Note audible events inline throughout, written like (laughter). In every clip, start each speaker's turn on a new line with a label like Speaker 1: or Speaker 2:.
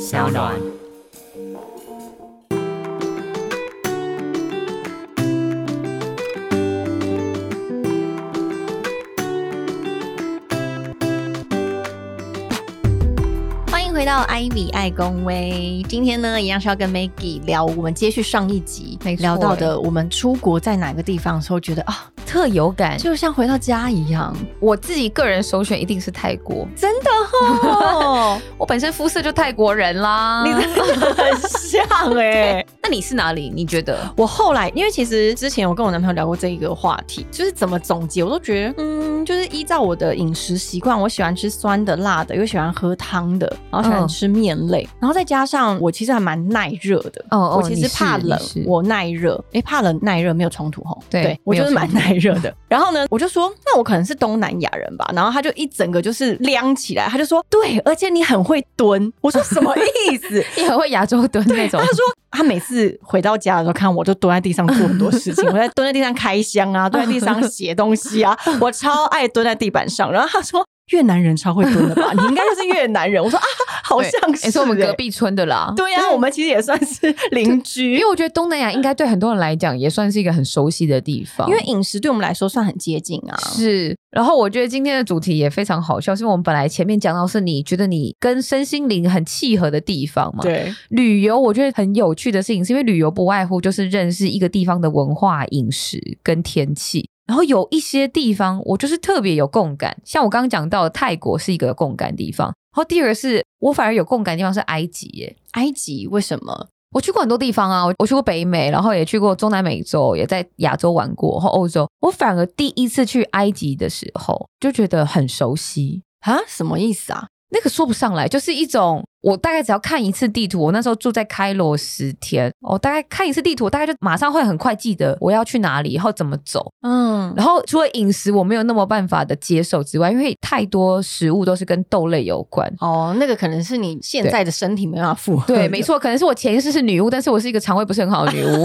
Speaker 1: 小暖。欢迎回到 Ivy 爱公威，今天呢，一样是要跟 Maggie 聊我们接续上一集
Speaker 2: 没错
Speaker 1: 聊到的，我们出国在哪个地方的时候，觉得啊，
Speaker 2: 特有感。就
Speaker 1: 就像回到家一
Speaker 2: (laughs)
Speaker 1: 样，
Speaker 2: 我自己个人首选一定是泰国，
Speaker 1: 真的 (laughs) 哦，
Speaker 2: 我本身肤色就泰国人啦。
Speaker 1: 你真的很像哎、
Speaker 2: (laughs) 那你是哪里？你觉得？
Speaker 1: 我后来，因为其实之前我跟我男朋友聊过这一个话题，就是怎么总结，我都觉得，嗯，就是依照我的饮食习惯，我喜欢吃酸的、辣的，又喜欢喝汤的，然后喜欢
Speaker 2: 嗯
Speaker 1: 吃面类，然后再加上我其实还蛮耐热的。
Speaker 2: 哦
Speaker 1: 我其实怕冷，我耐热，诶、怕冷耐热没有冲突吼。
Speaker 2: 对
Speaker 1: 我就是
Speaker 2: 没有冲
Speaker 1: 蛮
Speaker 2: 突
Speaker 1: 耐热的。 (laughs) 然后呢，我就说，那我可能是东南亚人吧。然后他就一整个就是亮起来，他就说，对，而且你很会蹲。我说什么意思？
Speaker 2: 你很会亚洲蹲那种
Speaker 1: 他。说他每次回到家的时候，看我就蹲在地上做很多 (laughs) 事情，我在蹲在地上开箱啊，蹲在地上写东西 (laughs) 啊，我超爱蹲在地板上。然后他说。越南人超会蹲的 (laughs) 吧？你应该就是越南人。我说啊，好像是、欸，
Speaker 2: 也是我们隔。壁村的啦。
Speaker 1: 对呀、啊，我们其实也算是邻居，
Speaker 2: 因为我觉得东南亚应该对很多人来讲也算是一个很熟悉的地方，
Speaker 1: 因为饮食对我们来说算很接近啊。
Speaker 2: 是。然后我觉得今天的主题也非常好笑，是因为我们本来前面讲到是你觉得你跟身心灵很契合的地方嘛，
Speaker 1: 对，
Speaker 2: 旅游我觉得很有趣的事情，是因为旅游不外乎就是认识一个地方的文化、饮食跟天气。然后有一些地方我就是特别有共感，像我刚刚讲到的泰国是一个有共感地方。然后第二个是我反而有共感的地方是埃及耶，
Speaker 1: 埃及为什么？
Speaker 2: 我去过很多地方啊，我我去过北美，然后也去过中南美洲，也在亚洲玩过，然后欧洲。我反而第一次去埃及的时候就觉得很熟悉，
Speaker 1: 啊？什么意思啊？
Speaker 2: 那个说不上来，就是一种我大概只要看一次地图，我那时候住在开罗十天，我、大概看一次地图，我大概就马上会很快记得我要去哪里，然后怎么走。
Speaker 1: 嗯，
Speaker 2: 然后除了饮食我没有那么办法的接受之外，因为太多食物都是跟豆类有关。
Speaker 1: 哦，那个可能是你现在的身体没办法负荷。
Speaker 2: (laughs) 对，没。错，可能是我潜意识是女巫，但是我是一个肠胃不是很好的女 (laughs) 巫。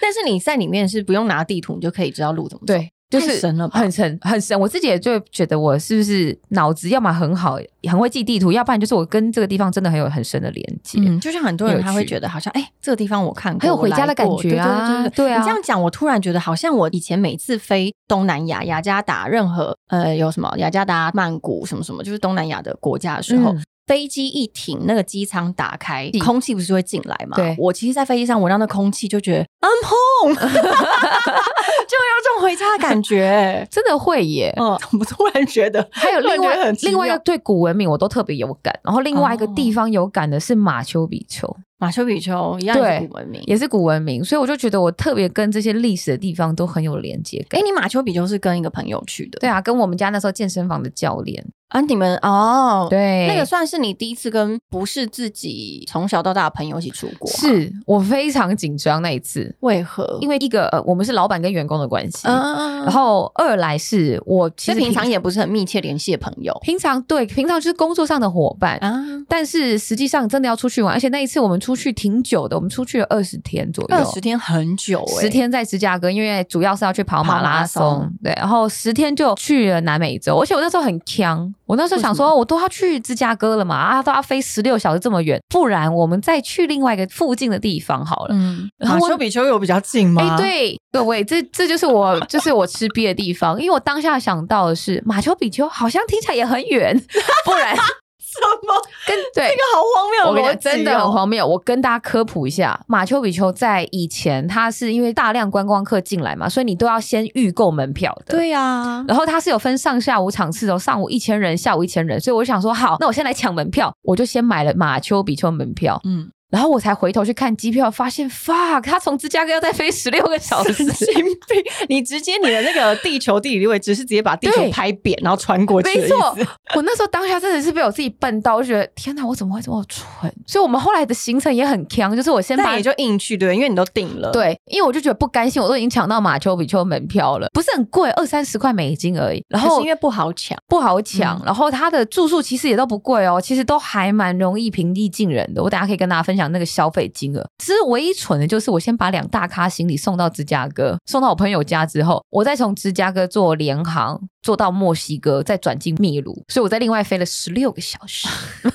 Speaker 1: 但是你在里面是不用拿地图，你就可以知道路怎么走。
Speaker 2: 对，就是
Speaker 1: 太神了吧
Speaker 2: 很神，很神。我自己也就觉得我是不是脑子要么很好，很会记地图，要不然就是我跟这个地方真的很有很深的连接。
Speaker 1: 嗯，就像很多人
Speaker 2: 有
Speaker 1: 他会
Speaker 2: 趣
Speaker 1: 觉得好像，哎、这个地方我看过，
Speaker 2: 很有
Speaker 1: 我
Speaker 2: 回家
Speaker 1: 来
Speaker 2: 的感
Speaker 1: 过
Speaker 2: 觉啊
Speaker 1: 对对对对
Speaker 2: 对啊
Speaker 1: 你这样讲，我突然觉得好像我以前每次飞东南亚、雅加达，任何呃有什么雅加达、曼谷什么什么，就是东南亚的国家的时候。
Speaker 2: 嗯
Speaker 1: 飞机一停，那个机舱打开
Speaker 2: 地，
Speaker 1: 空气不是会进来嘛？
Speaker 2: 对。
Speaker 1: 我其实，在飞机上闻到那空气，就觉得 I'm home，就有 (laughs) 种回家的感觉
Speaker 2: (laughs) 真的会耶。
Speaker 1: 嗯， (laughs) 我突然觉得
Speaker 2: 还有
Speaker 1: (laughs)
Speaker 2: 另
Speaker 1: 突然觉得
Speaker 2: 外
Speaker 1: 很奇
Speaker 2: 另外一个
Speaker 1: 妙
Speaker 2: 对古文明我都特别有感，然后另外一个
Speaker 1: 哦
Speaker 2: 地方有感的是马丘比丘，
Speaker 1: 马丘比丘一样也
Speaker 2: 对
Speaker 1: 是古文明，
Speaker 2: 也是古文明，所以我就觉得我特别跟这些历史的地方都很有连接
Speaker 1: 哎、
Speaker 2: 感。
Speaker 1: 你马丘比丘是跟一个朋友去的，
Speaker 2: 对啊，跟我们家那时候健身房的教练，
Speaker 1: 啊，你们哦，，
Speaker 2: 对，
Speaker 1: 那个算是你第一次跟不是自己从小到大的朋友一起出国，，
Speaker 2: 是我非常紧张那一次，
Speaker 1: 为何？
Speaker 2: 因
Speaker 1: 为
Speaker 2: 为一个、呃、我们是老板跟员工的关系，
Speaker 1: 嗯，
Speaker 2: 然后二来是我
Speaker 1: 其
Speaker 2: 其实
Speaker 1: 实平常也不是很密切联系的朋友
Speaker 2: 平常对平常就是工作上的伙伴。
Speaker 1: 啊，
Speaker 2: 但是实际上真的要出去玩，而且那一次我们出去挺久的，我们出去了二十天欸左右，
Speaker 1: 二十天很久哎、
Speaker 2: 十天在芝加哥，因为主要是要去跑马拉松，
Speaker 1: 跑马拉松
Speaker 2: 对，然后十天就去了南美洲，而且我那时候很呛，我那时候想
Speaker 1: 为
Speaker 2: 说，我都要去芝加哥了嘛，啊，都要飞十六小时这么远，不然我们再去另外一个附近的地方好了。
Speaker 1: 嗯，
Speaker 2: 然后
Speaker 1: 马
Speaker 2: 我
Speaker 1: 丘比丘有比较近吗？
Speaker 2: 哎、，对，各位，这这就是我，就是我吃瘪的地方，因为我当下想到的是马丘比丘，好像听起来也很远， (laughs) 不然
Speaker 1: (laughs) 什么？
Speaker 2: 跟对
Speaker 1: 这个好荒谬、
Speaker 2: (laughs) 我跟你讲，真的
Speaker 1: 哦
Speaker 2: 很。荒谬。我跟大家科普一下，马丘比丘在以前它是因为大量观光客进来嘛，所以你都要先预购门票的。。
Speaker 1: 对呀、啊，
Speaker 2: 然后它是有分上下午场次的哦，上午一千人，下午一千人，所以我就想说，好，那我先来抢门票，我就先买了马丘比丘门票，
Speaker 1: 嗯，
Speaker 2: 然后我才回头去看机票，发现 fuck，它从芝加哥要再飞十六个小时，
Speaker 1: 神经病！你直接你的那个地球地理位置是直接把地球
Speaker 2: 对
Speaker 1: 拍扁，然后穿过去的
Speaker 2: 没
Speaker 1: 意
Speaker 2: 错
Speaker 1: 思。，
Speaker 2: 我那时候当下真的是被我自己笨到，我就觉得天哪，我怎么会这么蠢？所以我们后来的行程也很强，就是我先
Speaker 1: 但
Speaker 2: 把
Speaker 1: 也就硬去对，因为你都定了。，
Speaker 2: 对，因为我就觉得不甘心，我都已经抢到马丘比丘门票了，不是很贵，二三十块美金而已。然
Speaker 1: 可是
Speaker 2: 后
Speaker 1: 因为嗯不好抢。
Speaker 2: 不好抢，然后它的住宿其实也都不贵哦，其实都还蛮容易平易近人的。我等下可以跟大家分享那个消费金额。只是唯一蠢的就是我先把两大咖行李送到芝加哥，送到我朋友家之后，我再从芝加哥坐联航
Speaker 1: 啊
Speaker 2: 坐到墨西哥，再转进秘鲁，所以我再另外飞了十六个小时。
Speaker 1: 哎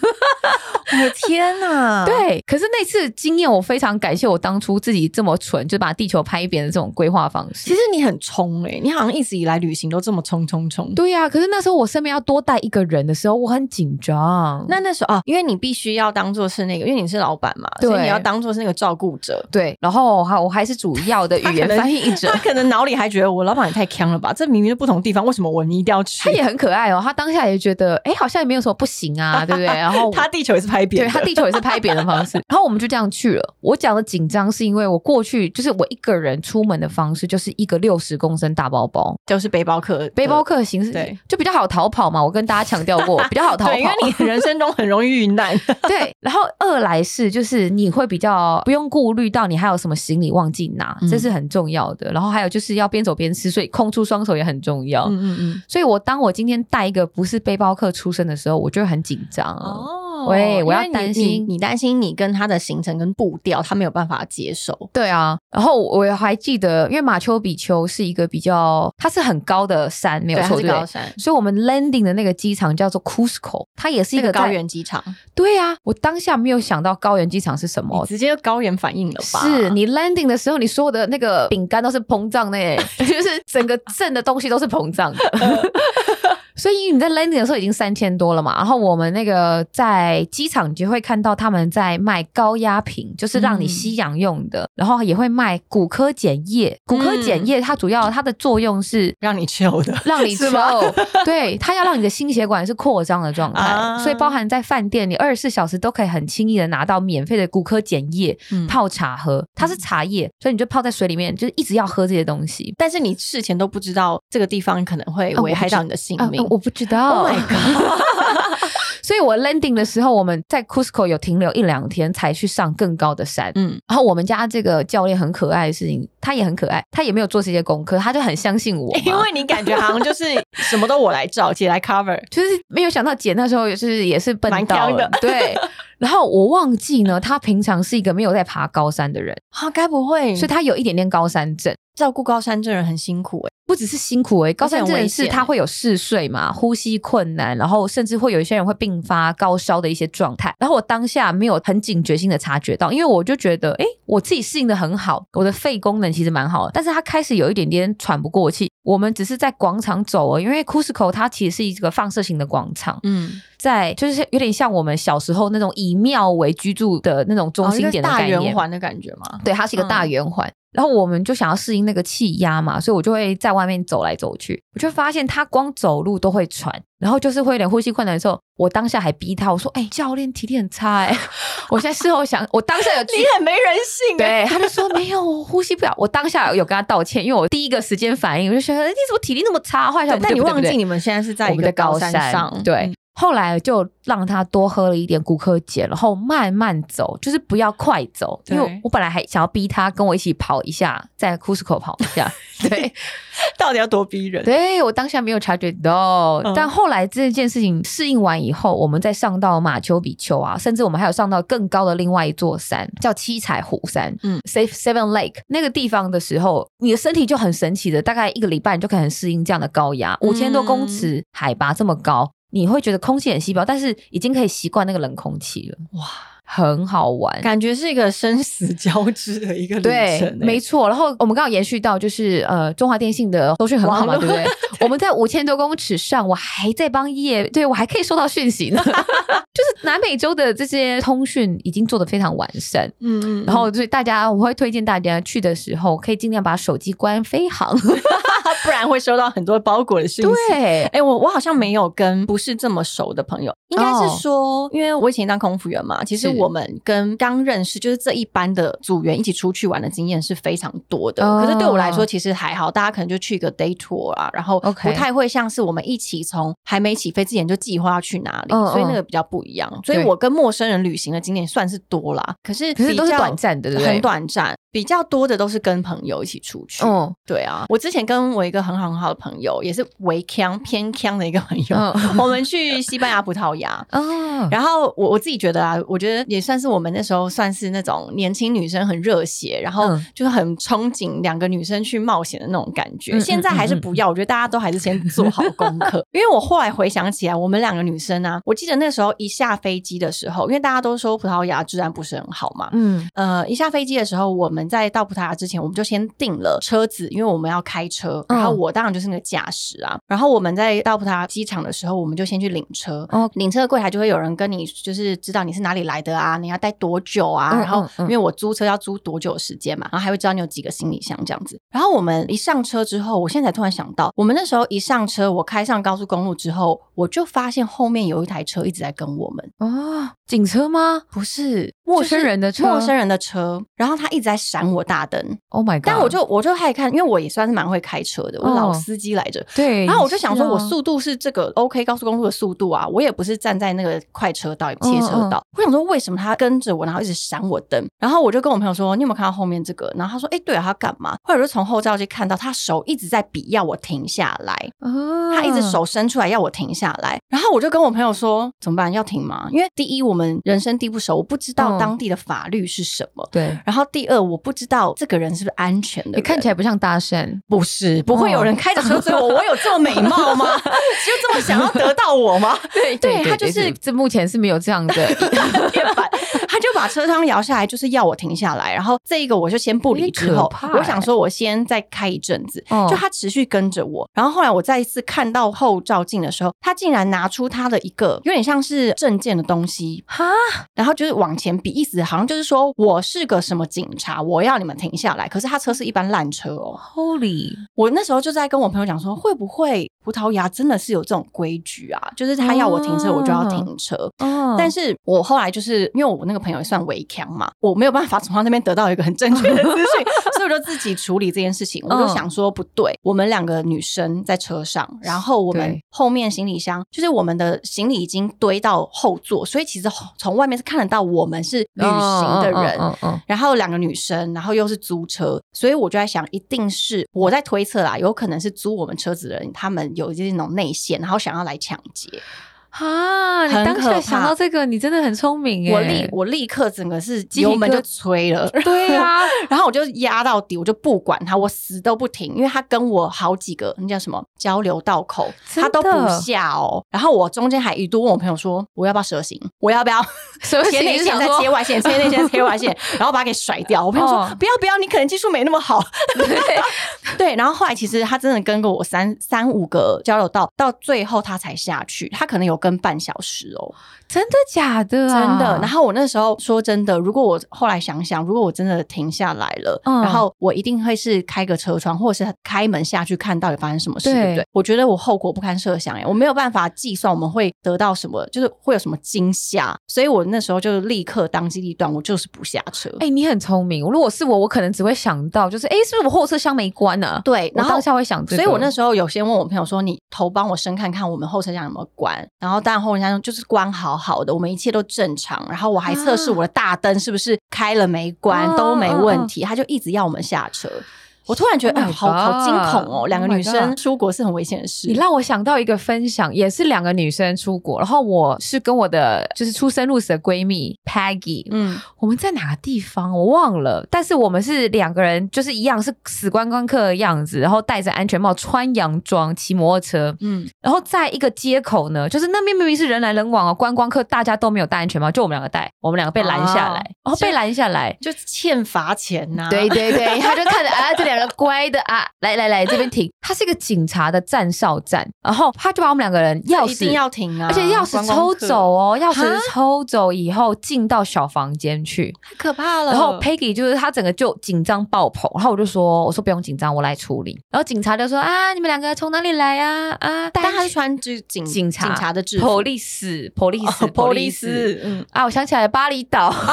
Speaker 3: 我的天哪！，
Speaker 2: 对，可是那次经验，我非常感谢我当初自己这么蠢，就把地球拍一遍的这种规划方
Speaker 1: 其。
Speaker 2: 式
Speaker 1: 实你很冲哎、你好像一直以来旅行都这么冲冲冲。
Speaker 2: 对呀、可是那时候我身边要多带一个人的时候，我很紧张。
Speaker 1: 那那时候啊，因为你必须要当做是那个，因为你是老板嘛，所以
Speaker 2: 对
Speaker 1: 你要当做是那个照顾 (laughs) 者。
Speaker 2: 对，然后还我还是主要的语言翻译者
Speaker 1: 他，可能脑里还觉得我老板也太强了吧，这明明是不同地方，为什么我们一定要去
Speaker 2: (laughs) 他？也很可爱哦。他当下也觉得，哎，好像也没有什么不行 (laughs) 啊，对不对？然后我
Speaker 1: (laughs) 他地球也是拍扁
Speaker 2: 对
Speaker 1: 的，
Speaker 2: 他地球也是拍扁的 (laughs) 方式，然后我们就这样去了。我讲的紧张是因为我过去就是我一个人出门的方式就是一个六十公升大包包，
Speaker 1: 就是背包客，
Speaker 2: 背包客的形式
Speaker 1: 对
Speaker 2: 就比较好逃跑嘛。我跟大家强调 (laughs) 过，比较好逃跑。
Speaker 1: (laughs) 对，因为你人生中很容易遇难，
Speaker 2: 对，然后二来是就是你会比较不用顾虑到你还有什么行李忘记拿，
Speaker 1: 嗯
Speaker 2: 这是很重要的。然后还有就是要边走边吃，所以空出双手也很重要。
Speaker 1: (laughs) 嗯嗯，
Speaker 2: 所以我当我今天带一个不是背包客出身的时候，我就会很紧张。
Speaker 1: (laughs) 哦
Speaker 2: 喂我要担心
Speaker 1: 你担心你跟他的行程跟步调，他没有办法接受。
Speaker 2: 对啊，然后我也还记得，因为马丘比丘是一个比较，它是很高的山，没有
Speaker 1: 对，他
Speaker 2: 错，
Speaker 1: 是
Speaker 2: 对不
Speaker 1: 高
Speaker 2: 对。
Speaker 1: 山，
Speaker 2: 所以我们 landing 的那个机场叫做 Cusco，它也是一
Speaker 1: 这个
Speaker 2: 个在
Speaker 1: 高。原机场，
Speaker 2: 对啊，我当下没有想到高原机场是什
Speaker 1: 你
Speaker 2: 么。
Speaker 1: 直接就高原反应了吧？
Speaker 2: 是你 landing 的时候，你所有的那个饼干都是膨胀的耶， (laughs) 就是整个镇的东西都是膨胀的。 (laughs) 所以你在 landing 的时候已经三千多了嘛，然后我们那个在机场你就会看到他们在卖高压瓶，就是让你
Speaker 1: 嗯
Speaker 2: 吸氧用的，然后也会卖骨科碱液。骨科
Speaker 1: 嗯
Speaker 2: 碱液它主要它的作用是
Speaker 1: 让你 chill 的，
Speaker 2: 让你
Speaker 1: 是
Speaker 2: chill，
Speaker 1: 吗
Speaker 2: (laughs) 对，它要让你的心血管是扩张的状态，
Speaker 1: 啊
Speaker 2: 所以包含在饭店，你二十四小时都可以很轻易的拿到免费的骨科碱液
Speaker 1: 嗯
Speaker 2: 泡茶喝，它是茶叶，所以你就泡在水里面，就是一直要喝这些东西。
Speaker 1: 但是你事前都不知道这个地方可能会
Speaker 2: 啊我
Speaker 1: 危害
Speaker 2: 不知
Speaker 1: 到你的性
Speaker 2: 啊、
Speaker 1: 命
Speaker 2: 啊，我不知道
Speaker 1: Oh my
Speaker 2: god！所以我 landing 的时候，我们在 Cusco 有停留一两天，才去上更高的山。
Speaker 1: 嗯， (laughs)
Speaker 2: 然后我们家这个教练很可爱的事情，他也很可爱，他也没有做这些功课，他就很相信我嘛。
Speaker 1: 因为你感觉好像就是什么都我来照，姐来 cover，
Speaker 2: 就是没有想到姐那时候也是也是笨
Speaker 1: 蛮
Speaker 2: 到
Speaker 1: 挑的，
Speaker 2: 了
Speaker 1: (laughs)
Speaker 2: 对。然后我忘记呢，她平常是一个没有在爬高山的人，
Speaker 1: (laughs) 啊，该不会
Speaker 2: 所以她有一点点高山症。
Speaker 1: 照顾高山症人很辛苦哎、
Speaker 2: 不只是辛苦诶、高山
Speaker 1: 而且很
Speaker 2: 症
Speaker 1: 危
Speaker 2: 是
Speaker 1: 险
Speaker 2: 她会有嗜睡嘛，呼吸困难，然后甚至会有一些人会并发高烧的一些状态。然后我当下没有很警觉性的察觉到，因为我就觉得，诶，我自己适应的很好，我的肺功能其实蛮好的，但是她开始有一点点喘不过气。我们只是在广场走而已，因为 Cusco 它其实是一个放射型的广场，
Speaker 1: 嗯，
Speaker 2: 在就是有点像我们小时候那种以庙为居住的那种中心点的
Speaker 1: 哦大
Speaker 2: 概
Speaker 1: 圆
Speaker 2: 念，
Speaker 1: 环的嗯感觉嘛。
Speaker 2: 对，它是一个大圆环。然后我们就想要适应那个气压嘛，所以我就会在外面走来走去，我就发现他光走路都会喘，然后就是会有点呼吸困难的时候，我当下还逼他，我说：“哎、教练体力很差、哎。” (laughs) 我现在事后想，我当下有
Speaker 1: (laughs) 你很没人性哎、
Speaker 2: 对，他就说没有，我呼吸不了。我当下有跟他道歉，因为我第一个时间反应我就觉得哎你怎么体力那么差，后来想
Speaker 1: (laughs) 对
Speaker 2: 不
Speaker 1: 但
Speaker 2: 对
Speaker 1: 你
Speaker 2: 不对
Speaker 1: 忘
Speaker 2: 不对
Speaker 1: 记你们现在是在
Speaker 2: 我
Speaker 1: 一
Speaker 2: 们
Speaker 1: 个
Speaker 2: 的高
Speaker 1: 山上， (laughs) 嗯
Speaker 2: 对。后来就让他多喝了一点骨科碱，然后慢慢走，就是不要快走，因为
Speaker 1: 对
Speaker 2: 我本来还想要逼他跟我一起跑一下，在 Cusco 跑一下。对，
Speaker 1: (laughs) 到底要多逼人？
Speaker 2: 对我当下没有察觉到，
Speaker 1: 嗯
Speaker 2: 但后来这件事情适应完以后，我们再上到马丘比丘啊，甚至我们还有上到更高的另外一座山，叫七彩湖山，嗯
Speaker 1: 嗯
Speaker 2: ，Safe Seven Lake 那个地方的时候，你的身体就很神奇的，大概一个礼拜你就可以很适应这样的高压，
Speaker 1: 嗯
Speaker 2: 五千多公尺海拔这么高。你会觉得空气很稀薄，但是已经可以习惯那个冷空气了，
Speaker 1: 哇，
Speaker 2: 很好玩。
Speaker 1: 感觉是一个生死交织的一个旅程、欸
Speaker 2: 对，没
Speaker 1: 错，
Speaker 2: 错。然后我们刚刚延续到就是呃，中华电信的收讯很好嘛，
Speaker 1: 网
Speaker 2: 对
Speaker 1: 络 (laughs)
Speaker 2: 不对？我们在五千多公尺上，我还在帮业，对我还可以收到讯息
Speaker 1: (laughs)
Speaker 2: 呢。就是南美洲的这些通讯已经做得非常完善，
Speaker 1: 嗯嗯
Speaker 2: 然后所以大家我会推荐大家去的时候，可以尽量把手机关
Speaker 1: (laughs)
Speaker 2: 飞行。
Speaker 1: 他 (laughs) 不然会收到很多包裹的讯息。
Speaker 2: 对，
Speaker 1: 哎、我我好像没有跟不是这么熟的朋友，应该
Speaker 2: 嗯哦
Speaker 1: 是说因为我以前当空服员嘛，其实
Speaker 2: 是
Speaker 1: 我们跟刚认识就是这一班的组员一起出去玩的经验是非常多的。
Speaker 2: 哦
Speaker 1: 可是对我来说，其实还好，大家可能就去个 day tour 啊，然后
Speaker 2: OK
Speaker 1: 不太会像是我们一起从还没起飞之前就计划要去哪里，
Speaker 2: 嗯嗯
Speaker 1: 所以那个比较不一样。所以
Speaker 2: 对
Speaker 1: 我跟陌生人旅行的经验算是多啦，可是
Speaker 2: 可是都是
Speaker 1: 比较
Speaker 2: 短暂的对不对
Speaker 1: 很短暂。比较多的都是跟朋友一起出去，
Speaker 2: 嗯，
Speaker 1: 对啊，我之前跟我我一个很好很好的朋友，也是围腔偏腔的一个朋友，(laughs)
Speaker 2: 嗯
Speaker 1: 我们去西班牙、葡萄牙。
Speaker 2: 啊，
Speaker 1: 然后我我自己觉得啊，我觉得也算是我们那时候算是那种年轻女生很热血，然后
Speaker 2: 嗯
Speaker 1: 就是很憧憬两个女生去冒险的那种感觉。
Speaker 2: 嗯嗯
Speaker 1: 现在还是不要，我觉得大家都还是先做好功
Speaker 2: (laughs)
Speaker 1: 课，因为我后来回想起来，我们两个女生啊，我记得那时候一下飞机的时候，因为大家都说葡萄牙治安不是很好嘛，
Speaker 2: 嗯
Speaker 1: 呃，一下飞机的时候，我们在到葡萄牙之前，我们就先订了车子，因为我们要开车。
Speaker 2: 嗯
Speaker 1: 然后我当然就是那个驾驶啊。然后我们在到葡萄牙机场的时候，我们就先去领车。
Speaker 2: 哦
Speaker 1: 领车的柜台就会有人跟你，就是知道你是哪里来的啊，你要待多久啊。
Speaker 2: 嗯
Speaker 1: 然后
Speaker 2: 嗯嗯
Speaker 1: 因为我租车要租多久的时间嘛，然后还会知道你有几个行李箱这样子。然后我们一上车之后，我现在才突然想到，我们那时候一上车，我开上高速公路之后，我就发现后面有一台车一直在跟我们。
Speaker 2: 哦，警车吗
Speaker 1: 不是
Speaker 2: 陌生人的车
Speaker 1: 陌生人的车，然后他一直在闪我大灯，
Speaker 2: ？Oh my god！
Speaker 1: 但我就我就还看，因为我也算是蛮会开车的，我
Speaker 2: 哦
Speaker 1: 老司机来着。
Speaker 2: 对，
Speaker 1: 然后我就想说，
Speaker 2: 是啊
Speaker 1: 我速度是这个 OK 高速公路的速度啊，我也不是站在那个快车
Speaker 2: 嗯
Speaker 1: 道、也不是切车道。我想说，为什么他跟着我，然后一直闪我灯？然后我就跟我朋友说，你有没有看到后面这个？然后他说，哎、对啊，他干嘛？后来我就从后照镜看到他手一直在比要我停下来。
Speaker 2: 啊
Speaker 1: 他一直手伸出来要我停下来，然后我就跟我朋友说怎么办？要停吗？因为第一，我们人生地不熟，我不知道
Speaker 2: 嗯
Speaker 1: 当地的法律是什么；
Speaker 2: 对，
Speaker 1: 然后第二，我不知道这个人是不是安全的人。
Speaker 2: 你看起来不嗯像搭讪，
Speaker 1: 不是，不会有人开着车追我，我有这么美貌吗？ (laughs) 就这么想要得到我吗？
Speaker 2: 对
Speaker 1: 对
Speaker 2: 他
Speaker 1: 他
Speaker 2: 就
Speaker 1: 就是是
Speaker 2: 这目前是没有这
Speaker 1: (laughs)
Speaker 2: 样的，
Speaker 1: 天板，他就把车窗摇下来，就是要我停下来。然后这一个我就先不理，之
Speaker 2: 有点可
Speaker 1: 后
Speaker 2: 怕
Speaker 1: 我想说，我先再开一阵子。
Speaker 2: 哦
Speaker 1: 就他持续跟着我，然后后来我再一次看到后照镜的时候，他竟然拿出他的一个有点像是证件的东西，
Speaker 2: 哈，
Speaker 1: 然后就是往前比，意思好像就是说我是个什么警察，我要你们停下来。可是他车是一般烂车哦，
Speaker 2: Holy，
Speaker 1: 我那时候就在跟我朋友讲说，会不会葡萄牙真的是有这种规矩啊？就是他要我停车，
Speaker 2: 哦
Speaker 1: 我就要停车。
Speaker 2: 哦
Speaker 1: 但是我后来就是因为我那个朋友也算围强嘛，我没有办法从他那边得到一个很正确的资讯，所以我就自己处理这件事情。
Speaker 2: 嗯
Speaker 1: 我就想说不对，我们两个女生在车上，然后我们
Speaker 2: 对
Speaker 1: 后面行李箱就是我们的行李已经堆到后座，所以其实从外面是看得到我们是旅行的人。
Speaker 2: 嗯嗯嗯
Speaker 1: 然后两个女生，然后又是租车，所以我就在想，一定是我在推测啦，有可能是租我们车子的人，他们有这种内线，然后想要来抢劫。
Speaker 2: 哈，你
Speaker 1: 很
Speaker 2: 当
Speaker 1: 可
Speaker 2: 下
Speaker 1: 怕
Speaker 2: 想到这个，你真的很聪明耶！
Speaker 1: 我立我立刻整个是
Speaker 2: 皮疙
Speaker 1: 油门就吹了， (laughs)
Speaker 2: 对 (laughs) 啊，
Speaker 1: 然后我就压到底，我就不管他，我死都不停，因为他跟我好几个那叫什么交流道口，
Speaker 2: 真
Speaker 1: 他都
Speaker 2: 的
Speaker 1: 不下哦。然后我中间还一度问我朋友说，我要不要蛇行？我要不 (laughs) 要？
Speaker 2: 蛇
Speaker 1: 切内
Speaker 2: 形
Speaker 1: 线，
Speaker 2: 想
Speaker 1: 再
Speaker 2: 说
Speaker 1: 切外线，切内线，切外 (laughs) 线，然后把它给甩掉。我朋友说：“
Speaker 2: 哦
Speaker 1: 不要不要，你可能技术没那么好。 (laughs) 对”然后后来其实他真的跟过我三三五个交流道，到最后他才下去，他可能有跟半小时哦，
Speaker 2: 真的假的
Speaker 1: 真
Speaker 2: 啊？
Speaker 1: 的。然后我那时候说真的，如果我后来想想，如果我真的停下来了，
Speaker 2: 嗯
Speaker 1: 然后我一定会是开个车窗，或者是开门下去看到底发生什么事，
Speaker 2: 对
Speaker 1: 对不对？我觉得我后果不堪设想哎，我没有办法计算我们会得到什么，就是会有什么惊吓，所以我那时候就立刻当机立断，我就是不下车。
Speaker 2: 哎、你很聪明。如果是我，我可能只会想到就是，哎、是不是我后车厢没关呢、啊？
Speaker 1: 对，
Speaker 2: 我
Speaker 1: 然后
Speaker 2: 当。下会想这个，
Speaker 1: 所以我那时候有先问我朋友说：“你头帮我伸看看，我们后车厢有没有关？”然后当然后车厢就是关好好的，我们一切都正常。然后我还测试我的大灯是不是开了没关，
Speaker 2: 啊
Speaker 1: 都没问题。他就一直要我们下车。我突然觉得，
Speaker 2: Oh my
Speaker 1: 哎，好好惊
Speaker 2: God
Speaker 1: 恐哦！两个
Speaker 2: Oh my
Speaker 1: 女生
Speaker 2: God
Speaker 1: 出国是很危险的事
Speaker 2: 你。让我想到一个分享，也是两个女生出国，然后我是跟我的就是出生入死的闺蜜 Peggy，
Speaker 1: 嗯，
Speaker 2: 我们在哪个地方我忘了，但是我们是两个人，就是一样是死观光客的样子，然后戴着安全帽，穿洋装，骑摩托车，
Speaker 1: 嗯，
Speaker 2: 然后在一个街口呢，就是那边明明是人来人往哦，观光客大家都没有戴安全帽，就我们两个戴，我们两个被拦下来，
Speaker 1: 哦
Speaker 2: 然后被拦下来。
Speaker 1: 就欠罚钱呐、
Speaker 2: 对，对
Speaker 1: (laughs)
Speaker 2: 对，他就看着啊，这两个乖的啊， (laughs) 来来来，这边停。他是一个警察的站哨站，然后他就把我们两个人钥
Speaker 1: 一
Speaker 2: 匙
Speaker 1: 定要停啊！
Speaker 2: 而且钥匙
Speaker 1: 观光
Speaker 2: 抽
Speaker 1: 客
Speaker 2: 走哦，钥匙
Speaker 1: 哈
Speaker 2: 抽走以后进到小房间去，
Speaker 1: 太可怕了。
Speaker 2: 然后 Peggy 就是她整个就紧张爆棚，然后我就说我说不用紧张，我来处理。然后警察就说啊，你们两个从哪里来啊啊？但
Speaker 1: 但他是穿制警
Speaker 2: 警察
Speaker 1: 警察的制服
Speaker 2: police police
Speaker 1: 哦 police，嗯
Speaker 2: 啊，我想起来巴厘岛。 (laughs)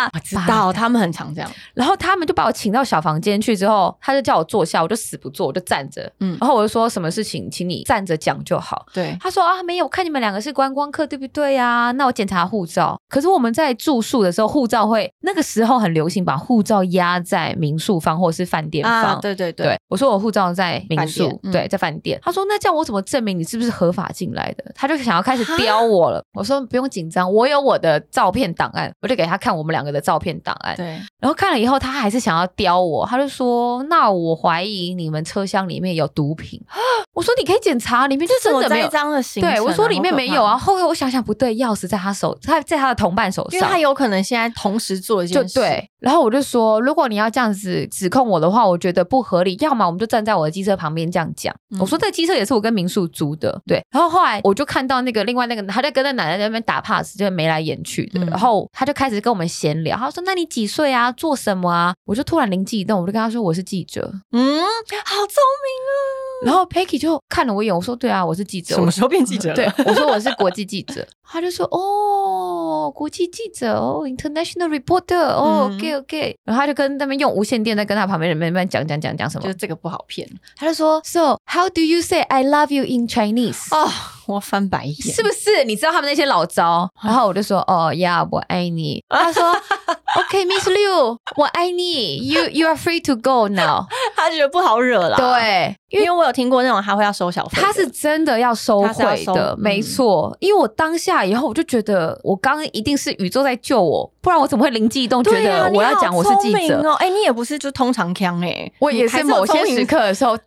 Speaker 1: 啊，知道他们很常这样，
Speaker 2: 然后他们就把我请到小房间去之后，他就叫我坐下，我就死不坐，我就站着。
Speaker 1: 嗯
Speaker 2: 然后我就说什么事情，请你站着讲就好。
Speaker 1: 对，
Speaker 2: 他说啊，没有，我看你们两个是观光客，对不对啊？那我检查护照。可是我们在住宿的时候，护照会那个时候很流行把护照压在民宿方或是饭店方。
Speaker 1: 啊，对对
Speaker 2: 对，我说我护照在民
Speaker 1: 饭
Speaker 2: 宿
Speaker 1: 店，嗯
Speaker 2: 对，在饭店。他说那这样我怎么证明你是不是合法进来的？他就想要开始刁我了。我说不用紧张，我有我的照片档案，我就给他看我们两个的照片档案。
Speaker 1: 对，
Speaker 2: 然后看了以后，他还是想要刁我，他就说：“那我怀疑你们车厢里面有毒品。” (gasps) 我说：“你可以检查，里面就
Speaker 1: 这
Speaker 2: 真
Speaker 1: 么
Speaker 2: 的没
Speaker 1: 栽
Speaker 2: 有。
Speaker 1: 赃的”行程啊，
Speaker 2: 对，我说里面
Speaker 1: 好可
Speaker 2: 没有
Speaker 1: 怕
Speaker 2: 啊。，后来我想想不对，钥匙在他手，他在他的同伴手
Speaker 1: 因为他
Speaker 2: 上。
Speaker 1: 有可能现在同时做了一
Speaker 2: 就
Speaker 1: 件事，
Speaker 2: 对，然后我就说，如果你要这样子指控我的话，我觉得不合理。要么我们就站在我的机车旁边这样讲。
Speaker 1: 嗯
Speaker 2: 我说这机车也是我跟民宿租的，对。然后后来我就看到那个另外那个，他在跟那奶奶在那边打 pass，就是眉来眼去的。
Speaker 1: 嗯
Speaker 2: 然后他就开始跟我们闲聊，他说：“那你几岁啊？做什么啊？”我就突然灵机一动，我就跟他说：“我是记者。
Speaker 1: 嗯，好
Speaker 2: (laughs)
Speaker 1: 聪
Speaker 2: 然后 Peggy 就看了我一眼，我说：“对啊，我是记
Speaker 1: 明，
Speaker 2: 者。”
Speaker 1: 什么时候变记者了？
Speaker 2: 对，我说我是国际记者，他就说哦，国际记者哦，international reporter 哦、
Speaker 1: 嗯
Speaker 2: o k OK，然后他就跟那边用无线电在跟他旁边人慢慢讲讲讲讲什
Speaker 1: 就
Speaker 2: 么
Speaker 1: 是，这个不好骗
Speaker 2: 他就说 So how do you say I love you in Chinese？、
Speaker 1: 哦，我翻白眼，
Speaker 2: 是不是？你知道他们那些老招？ (laughs) 然后我就说，哦呀，我爱你。他 (laughs) 说，OK，Miss、Liu，我爱你。You you are free to go now。
Speaker 1: 他觉得不好惹啦？，
Speaker 2: (laughs) 对，
Speaker 1: 因为我有听过那种他会要收小费的，
Speaker 2: 他是真的要收
Speaker 1: 他是要
Speaker 2: 回
Speaker 1: 收
Speaker 2: 的，
Speaker 1: 嗯
Speaker 2: 没错。因为我当下以后，我就觉得我刚刚一定是宇宙在救我，不然我怎么会灵机一动觉
Speaker 1: 对啊
Speaker 2: 得我要讲我是记
Speaker 1: 你好聪
Speaker 2: 者？
Speaker 1: 明哦，哎，你也不是就通常腔哎，
Speaker 2: 我也是某些时
Speaker 1: 刻
Speaker 2: 刻的时候，叮，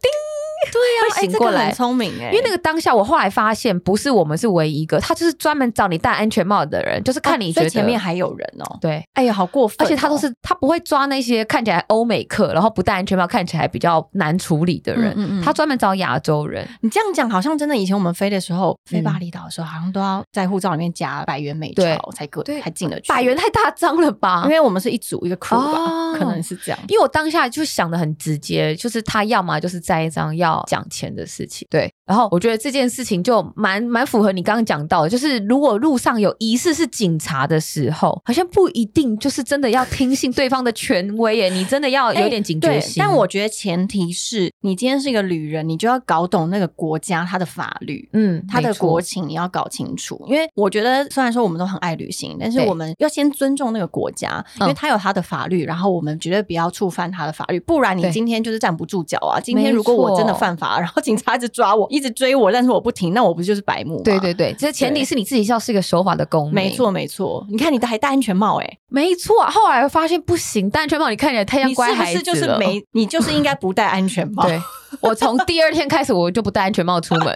Speaker 1: 对啊，
Speaker 2: 会
Speaker 1: 哎，
Speaker 2: 醒
Speaker 1: 这
Speaker 2: 过
Speaker 1: 个
Speaker 2: 来
Speaker 1: 很聪明哎，
Speaker 2: 因为那个当下，我后来发现不是我们是唯一一个，他就是专门找你戴安全帽的人，就是看你
Speaker 1: 哦
Speaker 2: 觉
Speaker 1: 所以
Speaker 2: 得
Speaker 1: 前面还有人哦，
Speaker 2: 对。
Speaker 1: 哎呀，好过分
Speaker 2: 而
Speaker 1: 哦，
Speaker 2: 且他都是他不会抓那些看起来欧美客，然后不戴安全帽看起来比较难处理的人，
Speaker 1: 嗯嗯嗯
Speaker 2: 他专门找亚洲人。
Speaker 1: 你这样讲，好像真的以前我们飞的时候，飞巴厘岛的时候，好像都要在护照里面加百元美
Speaker 2: 对
Speaker 1: 钞才可
Speaker 2: 对
Speaker 1: 才进得去。
Speaker 2: 百元，太大张了吧？
Speaker 1: 因为我们是一组一个 crew
Speaker 2: 哦
Speaker 1: 吧，可能是这样。
Speaker 2: 因为我当下就想的很直接，就是他要么就是栽赃要讲钱的事情，对。然后我觉得这件事情就蛮蛮符合你刚刚讲到的，就是如果路上有疑似是警察的时候，好像不一定就是真的要听信对方的权威耶，你真的要有点警觉
Speaker 1: 哎对，
Speaker 2: 心。
Speaker 1: 但我觉得前提是你今天是一个旅人，你就要搞懂那个国家它的法律。
Speaker 2: 嗯，
Speaker 1: 它的
Speaker 2: 没错
Speaker 1: 国情你要搞清楚，因为我觉得虽然说我们都很爱旅行，但是
Speaker 2: 对嗯
Speaker 1: 我们要先尊重那个国家，因为它有它的法律，然后我们绝对不要触犯它的法律，不然你
Speaker 2: 对
Speaker 1: 今天就是站不住脚啊！今天
Speaker 2: 没
Speaker 1: 如果我真的
Speaker 2: 错
Speaker 1: 犯法，然后 (laughs) 警察一直抓我，一直追我，但是我不停，那我不就是白目吗？
Speaker 2: 对对对，这前提是你自己是要是一个守法的公民，
Speaker 1: 没。错没错，你看你还戴安全帽哎、
Speaker 2: 没错，后来发现不行，戴安全帽你看起来太像
Speaker 1: 你是
Speaker 2: 乖
Speaker 1: 不
Speaker 2: 孩子
Speaker 1: 是
Speaker 2: 了。
Speaker 1: 就是没你就是应该不戴安全帽？
Speaker 2: (laughs) 对我从第二天开始，我就不戴安全帽出 (laughs) 门。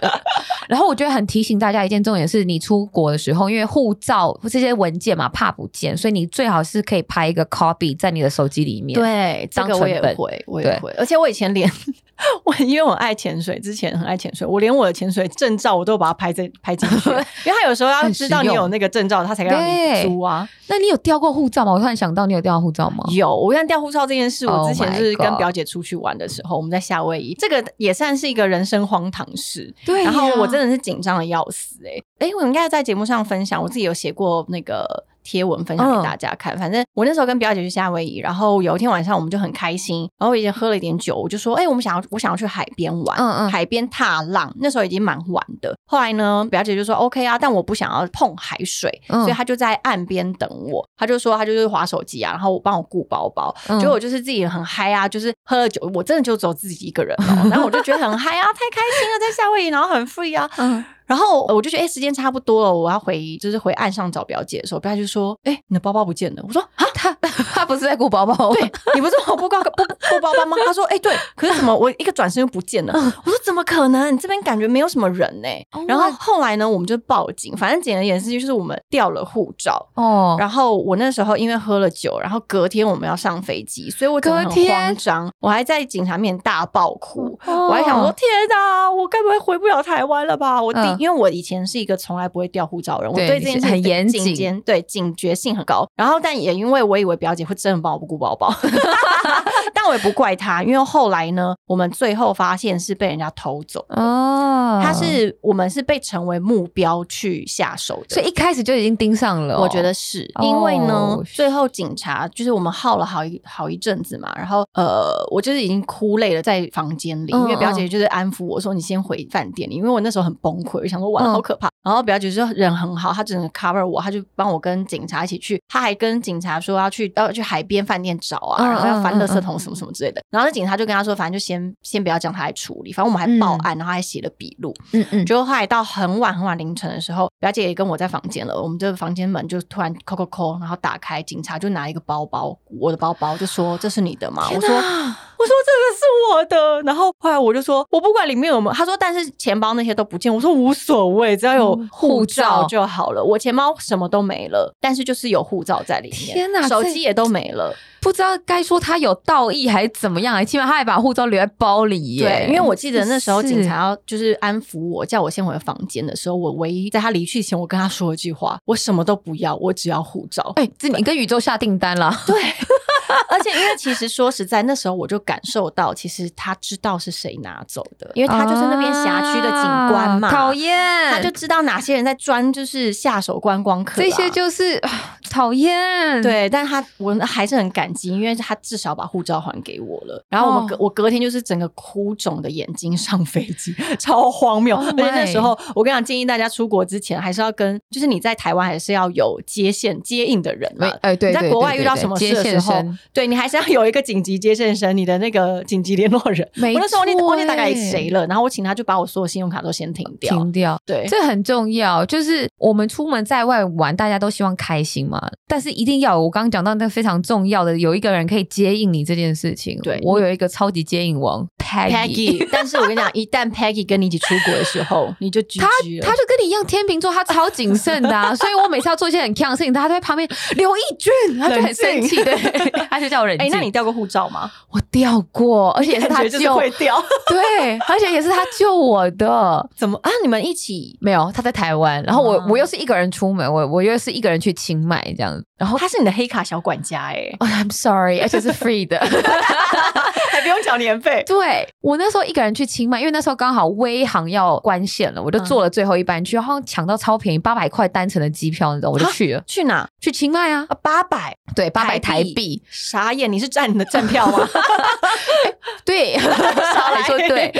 Speaker 2: 然后我觉得很提醒大家一件重点是，你出国的时候，因为护照这些文件嘛，怕不见，所以你最好是可以拍一个 copy 在你的手机里面。，
Speaker 1: 对，这
Speaker 2: 当
Speaker 1: 个我
Speaker 2: 成
Speaker 1: 也
Speaker 2: 本
Speaker 1: 会，我
Speaker 2: 对
Speaker 1: 也会，而且我以前连我因为我爱潜水，之前很爱潜水，我连我的潜水证照我都有把它拍在拍进
Speaker 2: (laughs)
Speaker 1: 去，因为他有时候要
Speaker 2: 很
Speaker 1: 知
Speaker 2: 实
Speaker 1: 道你
Speaker 2: 用
Speaker 1: 有那个证照，他才可以让
Speaker 2: 对哦
Speaker 1: 你租啊。
Speaker 2: 那你有掉过护照吗？我突然想到，你有掉过护照吗？
Speaker 1: 有，我跟掉护照这件事，我
Speaker 2: Oh
Speaker 1: 之前
Speaker 2: my
Speaker 1: 是跟
Speaker 2: God
Speaker 1: 表姐出去玩的时候，我们在夏威夷，这个也算是一个人生荒唐事。
Speaker 2: 对
Speaker 1: 然后我真
Speaker 2: 的
Speaker 1: 的是紧张的要死哎、欸、哎、我应该在节目上分享，我自己有写过那个贴文分
Speaker 2: 嗯
Speaker 1: 享给大家看。反正我那时候跟表姐去夏威夷，然后有一天晚上我们就很开心，然后已经喝了一点酒，我就说哎、欸我们想要我想要去海边玩，
Speaker 2: 嗯嗯
Speaker 1: 海边踏浪，那时候已经蛮晚的。后来呢，表姐就说 OK 啊，但我不想要碰海水，
Speaker 2: 嗯
Speaker 1: 所以她就在岸边等我，她就说她就是划手机啊，然后我帮我顾包包，结
Speaker 2: 嗯
Speaker 1: 果我就是自己很嗨啊，就是喝了酒，我真的就只有自己一个人哦，然后我就觉得很嗨啊， (laughs) 太开心了，在夏威夷，然后很 free 啊，
Speaker 2: 嗯，
Speaker 1: 然后我就觉得哎、诶时间差不多了，我要回就是回岸上找表姐的时候，表姐就说，哎、你的包包不见了，我说啊，
Speaker 2: 他 (laughs) 他不是在顾宝宝，
Speaker 1: 对，你不是我不包不不包包吗？她说，哎、对，可是怎么我一个转身就不见了？我说怎么可能？这边感觉没有什么人呢、
Speaker 2: Oh
Speaker 1: 然后
Speaker 2: my-
Speaker 1: 后来呢，我们就报警，反正简而言之就是我们掉了护照，
Speaker 2: 哦，
Speaker 1: 然后我那时候因为喝了酒，然后隔天我们要上飞机，所以我整个
Speaker 2: 隔
Speaker 1: 很
Speaker 2: 天哦
Speaker 1: 慌张，我还在警察面前大爆哭。
Speaker 2: 我
Speaker 1: 我还想说，天哪，我该不会回不了台湾了吧？我第、
Speaker 2: 嗯
Speaker 1: 因为我以前是一个从来不会掉护照的人，我
Speaker 2: 对
Speaker 1: 对
Speaker 2: 你
Speaker 1: 这件
Speaker 2: 是
Speaker 1: 事
Speaker 2: 很
Speaker 1: 非
Speaker 2: 严
Speaker 1: 警
Speaker 2: 谨
Speaker 1: 戒
Speaker 2: (laughs)
Speaker 1: 但对警觉性很高。然后，但也因为我以为表姐会真的帮我顾包包，但我也不怪他，因为后来呢，我们最后发现是被人家偷走的。
Speaker 2: 哦，
Speaker 1: 他是我们是被成为目标去下手的，
Speaker 2: 所以一开始就已经盯上了哦、
Speaker 1: 我觉得是因为呢
Speaker 2: 哦，
Speaker 1: 最后警察就是我们耗了好一好一阵子嘛，然后呃，我就是已经哭累了，在房间里，
Speaker 2: 嗯
Speaker 1: 因为表
Speaker 2: 嗯
Speaker 1: 姐就是安抚我说你先回饭店里，因为我那时候很崩溃，我就想说哇
Speaker 2: 嗯
Speaker 1: 好可怕。然后表姐就人很好，她整个 cover 我，她就帮我跟警察一起去，她还跟警察说要去要去海边饭店找啊，
Speaker 2: 嗯
Speaker 1: 然后要翻
Speaker 2: 嗯
Speaker 1: 垃
Speaker 2: 嗯
Speaker 1: 圾
Speaker 2: 嗯
Speaker 1: 桶什么什么之类的。然后那警察就跟她说，反正就先先不要这样，她来处理。反正我们还报案，然后还写了笔录。
Speaker 2: 嗯嗯，
Speaker 1: 结果后来到很晚很晚凌晨的时候，表姐也跟我在房间了，我们这个房间门就突然扣扣扣，然后打开，警察就拿一个包包，我的包包，就说这是你的
Speaker 2: 啊
Speaker 1: 吗？我说我说这个是我的，然后后来我就说我不管里面有没有，他说但是钱包那些都不见，我说无所谓，只要有
Speaker 2: 嗯护
Speaker 1: 护
Speaker 2: 照
Speaker 1: 照就好了，我钱包什么都没了，但是就是有护照在里面，
Speaker 2: 天哪
Speaker 1: 手
Speaker 2: 这
Speaker 1: 机也都没了。
Speaker 2: 不知道该说他有道义还是怎么样，哎，起码他还把护照留在包里耶。
Speaker 1: 对，因为我记得那时候
Speaker 2: 是
Speaker 1: 警察要就是安抚我，叫我先回房间的时候，我唯一在他离去前，我跟他说一句话：我什么都不要，我只要护照。
Speaker 2: 哎，这你跟宇宙下订单了，
Speaker 1: 对， (laughs) 而且因为其实说实在，那时候我就感受到，其实他知道是谁拿走的，因为他就是那边辖区的警官嘛，
Speaker 2: 啊讨厌，
Speaker 1: 他就知道哪些人在专就是下手观光客啊、
Speaker 2: 这些就是啊讨厌。，
Speaker 1: 对，但他我还是很感激，因为他至少把护照还给我了。然后我们隔、
Speaker 2: 哦
Speaker 1: 我隔天就是整个哭肿的眼睛上飞机， (laughs) 超荒谬。
Speaker 2: Oh
Speaker 1: 而且那
Speaker 2: my
Speaker 1: 时候我跟你讲，建议大家出国之前还是要跟，就是你在台湾还是要有接线接应的人
Speaker 2: 没
Speaker 1: 嘛。
Speaker 2: 哎，对，
Speaker 1: 你在
Speaker 2: 对
Speaker 1: 国
Speaker 2: 对
Speaker 1: 外遇
Speaker 2: 对
Speaker 1: 到
Speaker 2: 对
Speaker 1: 什么
Speaker 2: 接
Speaker 1: 事的时
Speaker 2: 线
Speaker 1: 候
Speaker 2: 生，
Speaker 1: 对你还是要有一个紧急接线生，你的那个紧急联络人。
Speaker 2: 没
Speaker 1: 我那时候忘记
Speaker 2: 错
Speaker 1: 忘记大概谁
Speaker 2: 欸
Speaker 1: 了，然后我请他就把我所有信用卡都先停掉。
Speaker 2: 停掉。
Speaker 1: 对，
Speaker 2: 这很重要，就是我们出门在外玩，大家都希望开心嘛，但是一定要有我刚刚讲到那个非常重要的，有一个人可以接应你这件事情。
Speaker 1: 对
Speaker 2: 我有一个超级接应王 Peggy，,
Speaker 1: Peggy，但是我跟你讲，一旦 Peggy 跟你一起出国的时候，你就 GG
Speaker 2: (laughs) 他
Speaker 1: 了。
Speaker 2: 他就跟你一样天秤座，他超谨慎的、
Speaker 1: (laughs)
Speaker 2: 啊，所以我每次要做一些很 c 的事情，他都在旁边刘义俊，他就很生气，
Speaker 1: (laughs)
Speaker 2: 对，他就叫我冷
Speaker 1: 哎、
Speaker 2: 静。
Speaker 1: 那你掉过护照 (laughs) 吗？
Speaker 2: 我掉过，而且也是他
Speaker 1: 感觉就是
Speaker 2: 救，
Speaker 1: 会掉。
Speaker 2: 对，而且也是他救我的。
Speaker 1: (laughs) 怎么啊？你们一起？
Speaker 2: 没有，他在台湾，然后我、
Speaker 1: 哦
Speaker 2: 我又是一个人出门，我我又是一个人去清迈这样，然后
Speaker 1: 哦他是你的黑卡小管家哎、
Speaker 2: Oh, I'm sorry，而且是 free
Speaker 1: (laughs)
Speaker 2: 的。
Speaker 1: 还不用缴年费。
Speaker 2: 对我那时候一个人去清迈，因为那时候刚好微航要关线了，我
Speaker 1: 嗯
Speaker 2: 就坐了最后一班去，然后抢到超便宜八百块单程的机票那种，我就去了，
Speaker 1: (laughs) 去哪？
Speaker 2: 去清迈啊，
Speaker 1: 嗯啊，八百，
Speaker 2: 对，八百台
Speaker 1: 台币
Speaker 2: 币，
Speaker 1: 傻眼！你是占你的站票吗？
Speaker 2: 对， (laughs)
Speaker 1: 少来
Speaker 2: 来说对。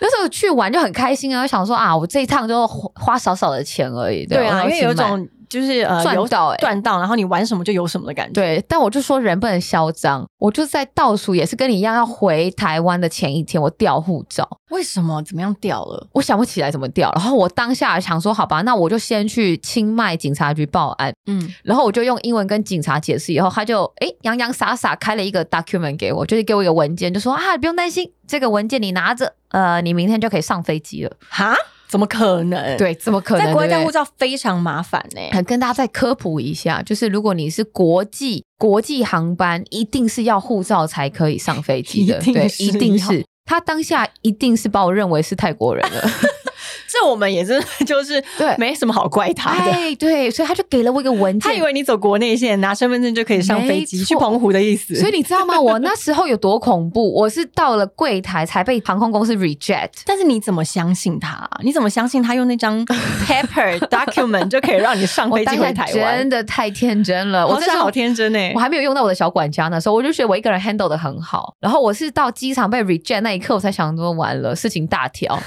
Speaker 2: 那时候去玩就很开心啊，我想说啊，我这一趟就花花少少的钱而
Speaker 1: (laughs)
Speaker 2: 已，
Speaker 1: 对
Speaker 2: 然
Speaker 1: 啊，
Speaker 2: 后
Speaker 1: 因为有一
Speaker 2: 清迈
Speaker 1: 种就是呃
Speaker 2: 赚
Speaker 1: 有
Speaker 2: 到欸
Speaker 1: 赚到，然后你玩什么就有什么的感觉。
Speaker 2: 对，但我就说人不能嚣张，我就在倒数，也是跟你一样，要回台湾的前一天，我掉护照，
Speaker 1: 为什么？怎么样掉了？
Speaker 2: 我想不起来怎么掉，然后我当下想说，好吧，那我就先去清迈警察局报案，
Speaker 1: 嗯，
Speaker 2: 然后我就用英文跟警察解释，以后他就诶洋洋洒洒开了一个 document 给我，就是给我一个文件，就说啊，不用担心，这个文件你拿着，呃，你明天就可以上飞机了。
Speaker 1: 哈？怎么可能？，
Speaker 2: 对，怎么可
Speaker 1: 嗯
Speaker 2: 能？
Speaker 1: 在国外
Speaker 2: 对不
Speaker 1: 带
Speaker 2: 对
Speaker 1: 护照非常麻烦哎呢、
Speaker 2: 很跟大家再科普一下，就是如果你是国际国际航班，一定是要护照才可以上飞机的，
Speaker 1: (laughs) 一定
Speaker 2: 对，
Speaker 1: 是
Speaker 2: 一定
Speaker 1: 要
Speaker 2: 是。他当下一定是把我认为是泰国人
Speaker 1: (laughs)
Speaker 2: 了，
Speaker 1: (laughs) 这我们也是，就是
Speaker 2: 对
Speaker 1: 没什么好怪他的。
Speaker 2: 哎，对，所以他就给了我一个文件，
Speaker 1: 他以为你走国内线，拿身份证就可以上飞
Speaker 2: 没
Speaker 1: 机，
Speaker 2: 错
Speaker 1: 去澎湖的意思。
Speaker 2: 所以你知道吗？我那时候有多恐怖？我是到了柜台才被航空公司 reject。
Speaker 1: 但是你怎么相信他、你怎么相信他用那
Speaker 2: (laughs)
Speaker 1: 张 paper document 就可以让你上
Speaker 2: 我
Speaker 1: 哦飞
Speaker 2: 当
Speaker 1: 机
Speaker 2: 下
Speaker 1: 回台湾
Speaker 2: 真？的太天真了，我
Speaker 1: 我
Speaker 2: 真
Speaker 1: 真
Speaker 2: 的
Speaker 1: 的好天真哎、
Speaker 2: 我还没有用到我的小管家那时候，我就觉得我一个人 handle 的很好。然后我是到机场被 reject 那一刻，我才想说完了，事情
Speaker 1: (laughs)
Speaker 2: 大条，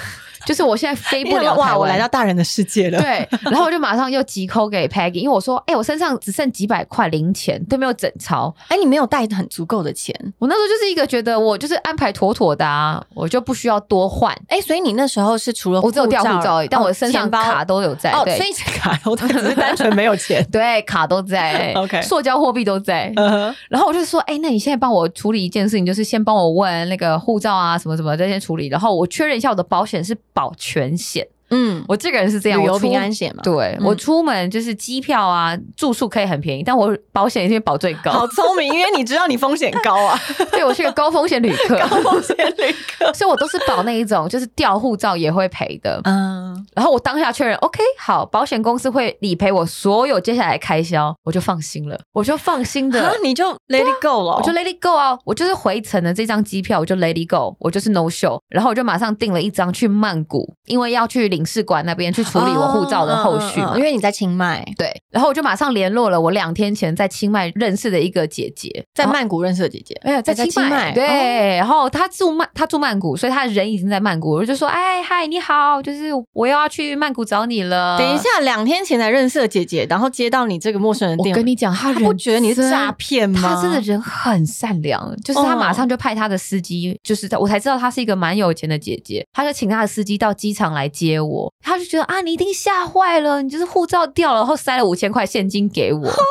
Speaker 2: 就是我现在飞
Speaker 1: 你
Speaker 2: 不
Speaker 1: 想
Speaker 2: 了
Speaker 1: 说
Speaker 2: 台
Speaker 1: 哇，
Speaker 2: 湾。
Speaker 1: 我来到大人的世界了。
Speaker 2: 对，然后我就马上又急 call 给 Peggy，因为我说，哎、我身上只剩几百块零钱，都没有整钞。
Speaker 1: 哎、你没有带很足够的钱，
Speaker 2: 我那时候就是一个觉得我就是安排妥妥的、啊，我就不需要多换。
Speaker 1: 哎、所以你那时候是除了
Speaker 2: 哦我只有掉护照而已，但我
Speaker 1: 哦
Speaker 2: 身上
Speaker 1: 钱包
Speaker 2: 卡都有在。
Speaker 1: 哦，
Speaker 2: 对。
Speaker 1: 所以卡都带，只是单纯没有钱
Speaker 2: (laughs) 对，卡都在
Speaker 1: (laughs) OK
Speaker 2: 塑胶货币都在。
Speaker 1: 嗯哼
Speaker 2: 然后我就说，哎、那你现在帮我处理一件事情，就是先帮我问那个护照啊，什么什么这些处理，然后我确认一下我的保险是保全险，
Speaker 1: 嗯，
Speaker 2: 我这个人是这样，
Speaker 1: 旅
Speaker 2: 我
Speaker 1: 游
Speaker 2: 出
Speaker 1: 平安险嘛，
Speaker 2: 对、
Speaker 1: 嗯
Speaker 2: 我出门就是机票啊、住宿可以很便宜，但我保险一定保最
Speaker 1: 好
Speaker 2: 高。
Speaker 1: 聪明，因为你知道你风险高啊，
Speaker 2: (laughs) 对我是个高风险旅客，
Speaker 1: 高风险旅客。
Speaker 2: 所以我都是保那一种，就是掉护照也会赔的。
Speaker 1: 嗯，
Speaker 2: 然后我当下确认，OK，好，保险公司会理赔我所有接下来的开销，我就放心了，我就放心
Speaker 1: 那
Speaker 2: 的，
Speaker 1: 你就 let it go 了，
Speaker 2: 我就 Let it go 啊，我就是回程的这张机票，我就 Let it go，我就是 no show，然后我就马上订了一张去曼谷，因为要去领事馆那边去处理我护照的后续嘛
Speaker 1: 嗯嗯嗯因为你在清迈，
Speaker 2: 对，然后我就马上联络了我两天前在清迈认识的一个姐姐，
Speaker 1: 在
Speaker 2: 然后
Speaker 1: 曼谷认识的姐姐，
Speaker 2: 没有在
Speaker 1: 哦哎在
Speaker 2: 清迈，
Speaker 1: 迈，
Speaker 2: 对，
Speaker 1: 哦
Speaker 2: 然后她住曼，她住曼谷，所以她人已经在曼谷，我就说，哎嗨，你好，就是我又要去曼谷找你了。
Speaker 1: 等一，下，两天前才认识的姐姐，然后接到你这个陌生人的
Speaker 2: 我
Speaker 1: 电
Speaker 2: 跟
Speaker 1: 话，
Speaker 2: 你讲，她
Speaker 1: 她
Speaker 2: 人
Speaker 1: 不觉得你是诈骗
Speaker 2: 真。
Speaker 1: 吗？
Speaker 2: 她真的人很善良，就是她
Speaker 1: 哦
Speaker 2: 马上就派她的司机，就是她我才知道她是一个蛮有钱的姐姐，她就请她的司机到机场来接我。她就觉得啊，你一定吓坏了，你就是护照掉了，然后塞了五千块现金
Speaker 1: (laughs)
Speaker 2: 给我。
Speaker 1: 天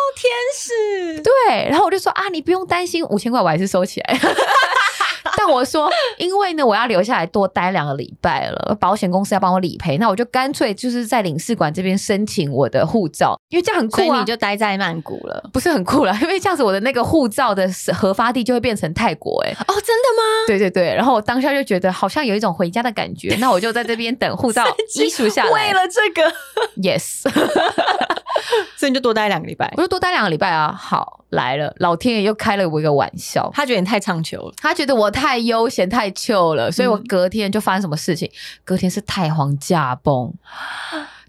Speaker 1: 使，
Speaker 2: 对，然后我就说啊，你不用担心，五千块我还是收起来。 (laughs) 但我说，因为呢，我要留下来多待两个礼拜了，保险公司要帮我理赔，那我就干脆就是在领事馆这边申请我的护照，因为这样很
Speaker 1: 所以
Speaker 2: 酷啊
Speaker 1: 你，就待在曼谷了。
Speaker 2: 不是很酷了， (laughs) 因为这样子我的那个护照的核发地就会变成泰国、欸，哎，
Speaker 1: 哦，真的吗？
Speaker 2: 对对对，然后我当下就觉得好像有一种回家的感觉，那我就在这边等护照
Speaker 1: 神经
Speaker 2: 移除下来，
Speaker 1: 为了这个，
Speaker 2: yes。
Speaker 1: 所以你就多待两个礼拜。
Speaker 2: 我就多待两个礼拜啊。好，来了，老天爷又开了我一个玩笑。
Speaker 1: 他觉得你太唱球了，
Speaker 2: 他觉得我太悠闲太 chill 了，所以我隔天就发生什么事情？隔天是太皇驾崩，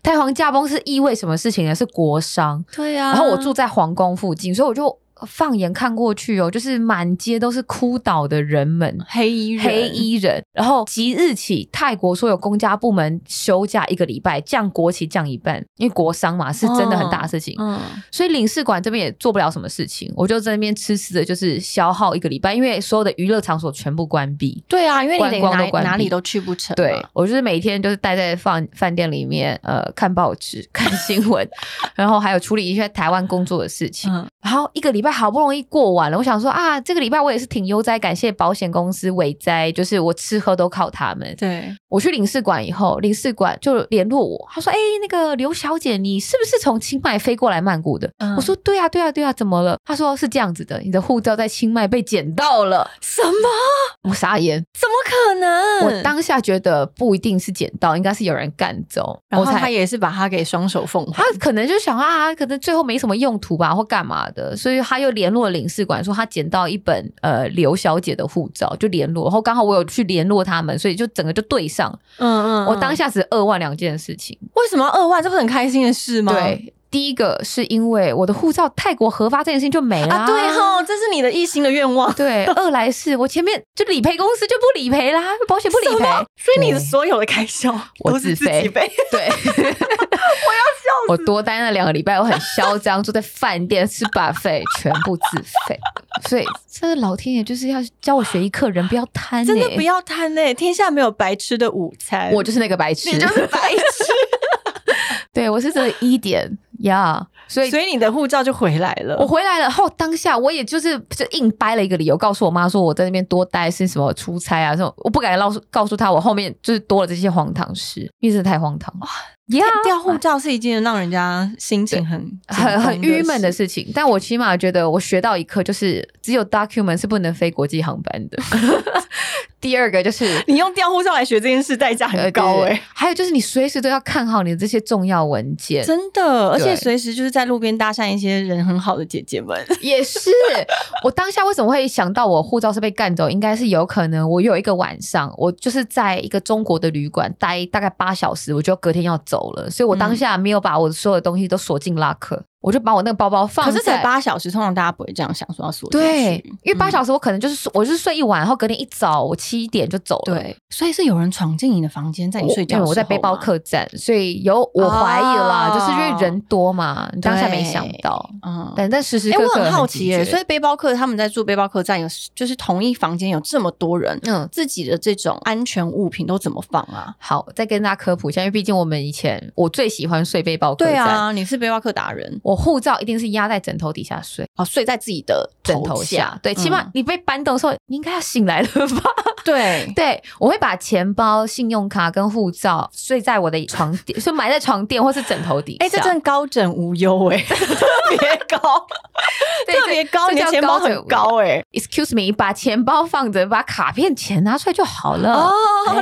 Speaker 2: 太皇驾崩是意味什么事情呢？是国殇。
Speaker 1: 对啊呀
Speaker 2: 然后我住在皇宫附近，所以我就放眼看过去哦，就是满街都是哭倒的人们。
Speaker 1: 黑衣人
Speaker 2: 黑衣人，然后即日起，泰国所有公家部门休假一个礼拜，降国旗降一半，因为国殇嘛是真的很大的事情。
Speaker 1: 嗯，
Speaker 2: 所以领事馆这边也做不了什么事情，我就在那边痴痴的，就是消耗一个礼拜，因为所有的娱乐场所全部关闭。
Speaker 1: 对啊，因为你得
Speaker 2: 观光都
Speaker 1: 哪
Speaker 2: 关闭
Speaker 1: 哪里都去不成嘛，啊
Speaker 2: 对我就是每天就是待在饭饭店里面，呃，看报纸、 (laughs) 看新闻，然后还有处理一些台湾工作的事情。
Speaker 1: 嗯，
Speaker 2: 然后一个礼拜好不容易过完了，我想说啊，这个礼拜我也是挺悠哉，感谢保险公司伟哉，就是我吃喝都靠他们。
Speaker 1: 对，
Speaker 2: 我去领事馆以后，领事馆就联络我，他说：“哎、那个刘小姐，你是不是从清迈飞过来曼谷的？”
Speaker 1: 嗯
Speaker 2: 我说：“对啊，对啊，对啊，怎么了？”他说：“是这样子的，你的护照在清迈被捡到了。
Speaker 1: 什么？”
Speaker 2: 我傻眼，
Speaker 1: 怎么可能？
Speaker 2: 我当下觉得不一定是捡到，应该是有人干走，
Speaker 1: 然
Speaker 2: 我
Speaker 1: 后他
Speaker 2: 才。
Speaker 1: 也是把他给双手奉还
Speaker 2: 他，可能就想啊，可能最后没什么用途吧，或干嘛的，所以他又联络领事馆说他捡到一本呃刘小姐的护照，就联络，然后刚好我有去联络他们，所以就整个就对上，
Speaker 1: 嗯嗯
Speaker 2: 我当
Speaker 1: 下
Speaker 2: 下只二万两件事情。
Speaker 1: 为什么要二万？这不是很开心的事吗？
Speaker 2: 对，第一个是因为我的护照泰国核发这件事情就没了、
Speaker 1: 啊，对吼，这是你的一心的愿望。
Speaker 2: 对，二来是我前面就理赔公司就不理赔啦，保 (laughs) 险不理赔，
Speaker 1: 所以你的
Speaker 2: 对
Speaker 1: 所有的开销
Speaker 2: 我
Speaker 1: 都是
Speaker 2: 自
Speaker 1: 自己
Speaker 2: 费
Speaker 1: 背， (laughs)
Speaker 2: 对，我要笑我多待那两个礼拜，我很嚣张，住在饭店吃 buffet，全部自费。所以这老天爷就是要教我学一课，人不要贪、欸，
Speaker 1: 真的不。要贪嘞！天下没有白吃的午餐，
Speaker 2: 我就是那个白痴，
Speaker 1: 你就是白痴，
Speaker 2: (laughs) 对我是这一点呀所以
Speaker 1: 所以你的护照就回来了。
Speaker 2: 我回来了后，当下我也就是就硬掰了一个理由，告诉我妈说我在那边多待是什么出差啊，这种我不敢告诉告诉她我后面就是多了这些荒唐事，因为真的太荒唐了，呀、
Speaker 1: 掉护照是一件让人家心情很
Speaker 2: 很很郁闷的
Speaker 1: 事。
Speaker 2: 事情。但我起码觉得我学到一课，就是只有 document 是不能飞国际航班的。 (laughs) 第二个就是。
Speaker 1: (laughs) 你用掉护照来学这件事，代价
Speaker 2: 呃
Speaker 1: 很高
Speaker 2: 对
Speaker 1: 哎、
Speaker 2: 对还有就是你随时都要看好你的这些重要文件，
Speaker 1: 真的，而且
Speaker 2: 对
Speaker 1: 随时就是在路边搭讪一些人很好的姐姐们，
Speaker 2: 也是，我当下为什么会想到我护照是被干走，应该是有可能我有一个晚上，我就是在一个中国的旅馆待大概八小时，我就隔天要走了，所以我
Speaker 1: 嗯
Speaker 2: 当下没有把我所有东西都锁进拉克，我就把我那个包包放
Speaker 1: 可
Speaker 2: 在。
Speaker 1: 是才八小时，通常大家不会这样想说要锁进
Speaker 2: 对
Speaker 1: 去，
Speaker 2: 因为八
Speaker 1: 嗯
Speaker 2: 小时我可能就是睡、我就是睡一晚，然后隔天一早我七点就走了。
Speaker 1: 对，所以是有人闯进你的房间，在
Speaker 2: 我。
Speaker 1: 你睡觉的
Speaker 2: 因为我在
Speaker 1: 时候
Speaker 2: 背包
Speaker 1: 吗，
Speaker 2: 客栈，所以有我怀疑啦，
Speaker 1: 哦
Speaker 2: 就是因为人多嘛，你当下没想到，
Speaker 1: 嗯。
Speaker 2: 但但时时
Speaker 1: 哎、
Speaker 2: 刻刻
Speaker 1: 我很好奇
Speaker 2: 警
Speaker 1: 耶、
Speaker 2: 觉
Speaker 1: 所以背包客他们在住背包客栈有，就是同一房间有这么多人，
Speaker 2: 嗯，
Speaker 1: 自己的这种安全物品都怎么放啊？
Speaker 2: 好，再跟大家科普一下，因为毕竟我们以前我最喜欢睡背包客
Speaker 1: 对啊
Speaker 2: 栈。
Speaker 1: 啊，你是背包客达人，
Speaker 2: 我我护照一定是压在枕头底下睡，
Speaker 3: 哦，睡在自己的
Speaker 2: 枕头
Speaker 3: 下
Speaker 2: 下。，对，起码
Speaker 1: (laughs) 嗯
Speaker 2: 你被搬动的时候，你应该要醒来了吧？ (laughs)
Speaker 3: 对，
Speaker 2: 对，我会把钱包、信用卡跟护照睡在我的床垫， (laughs) 就埋在床垫或是枕头底下。
Speaker 1: 哎、这真的高枕无忧 (laughs) 哎、特别 (laughs) 高，
Speaker 2: (laughs) 对
Speaker 1: 特别高，
Speaker 2: 这
Speaker 1: 你的
Speaker 2: 叫
Speaker 1: 钱包
Speaker 2: 枕
Speaker 1: 很高哎、
Speaker 2: Excuse me，把钱包放着，把卡片钱拿出来就好了。
Speaker 1: 哦，
Speaker 2: 哎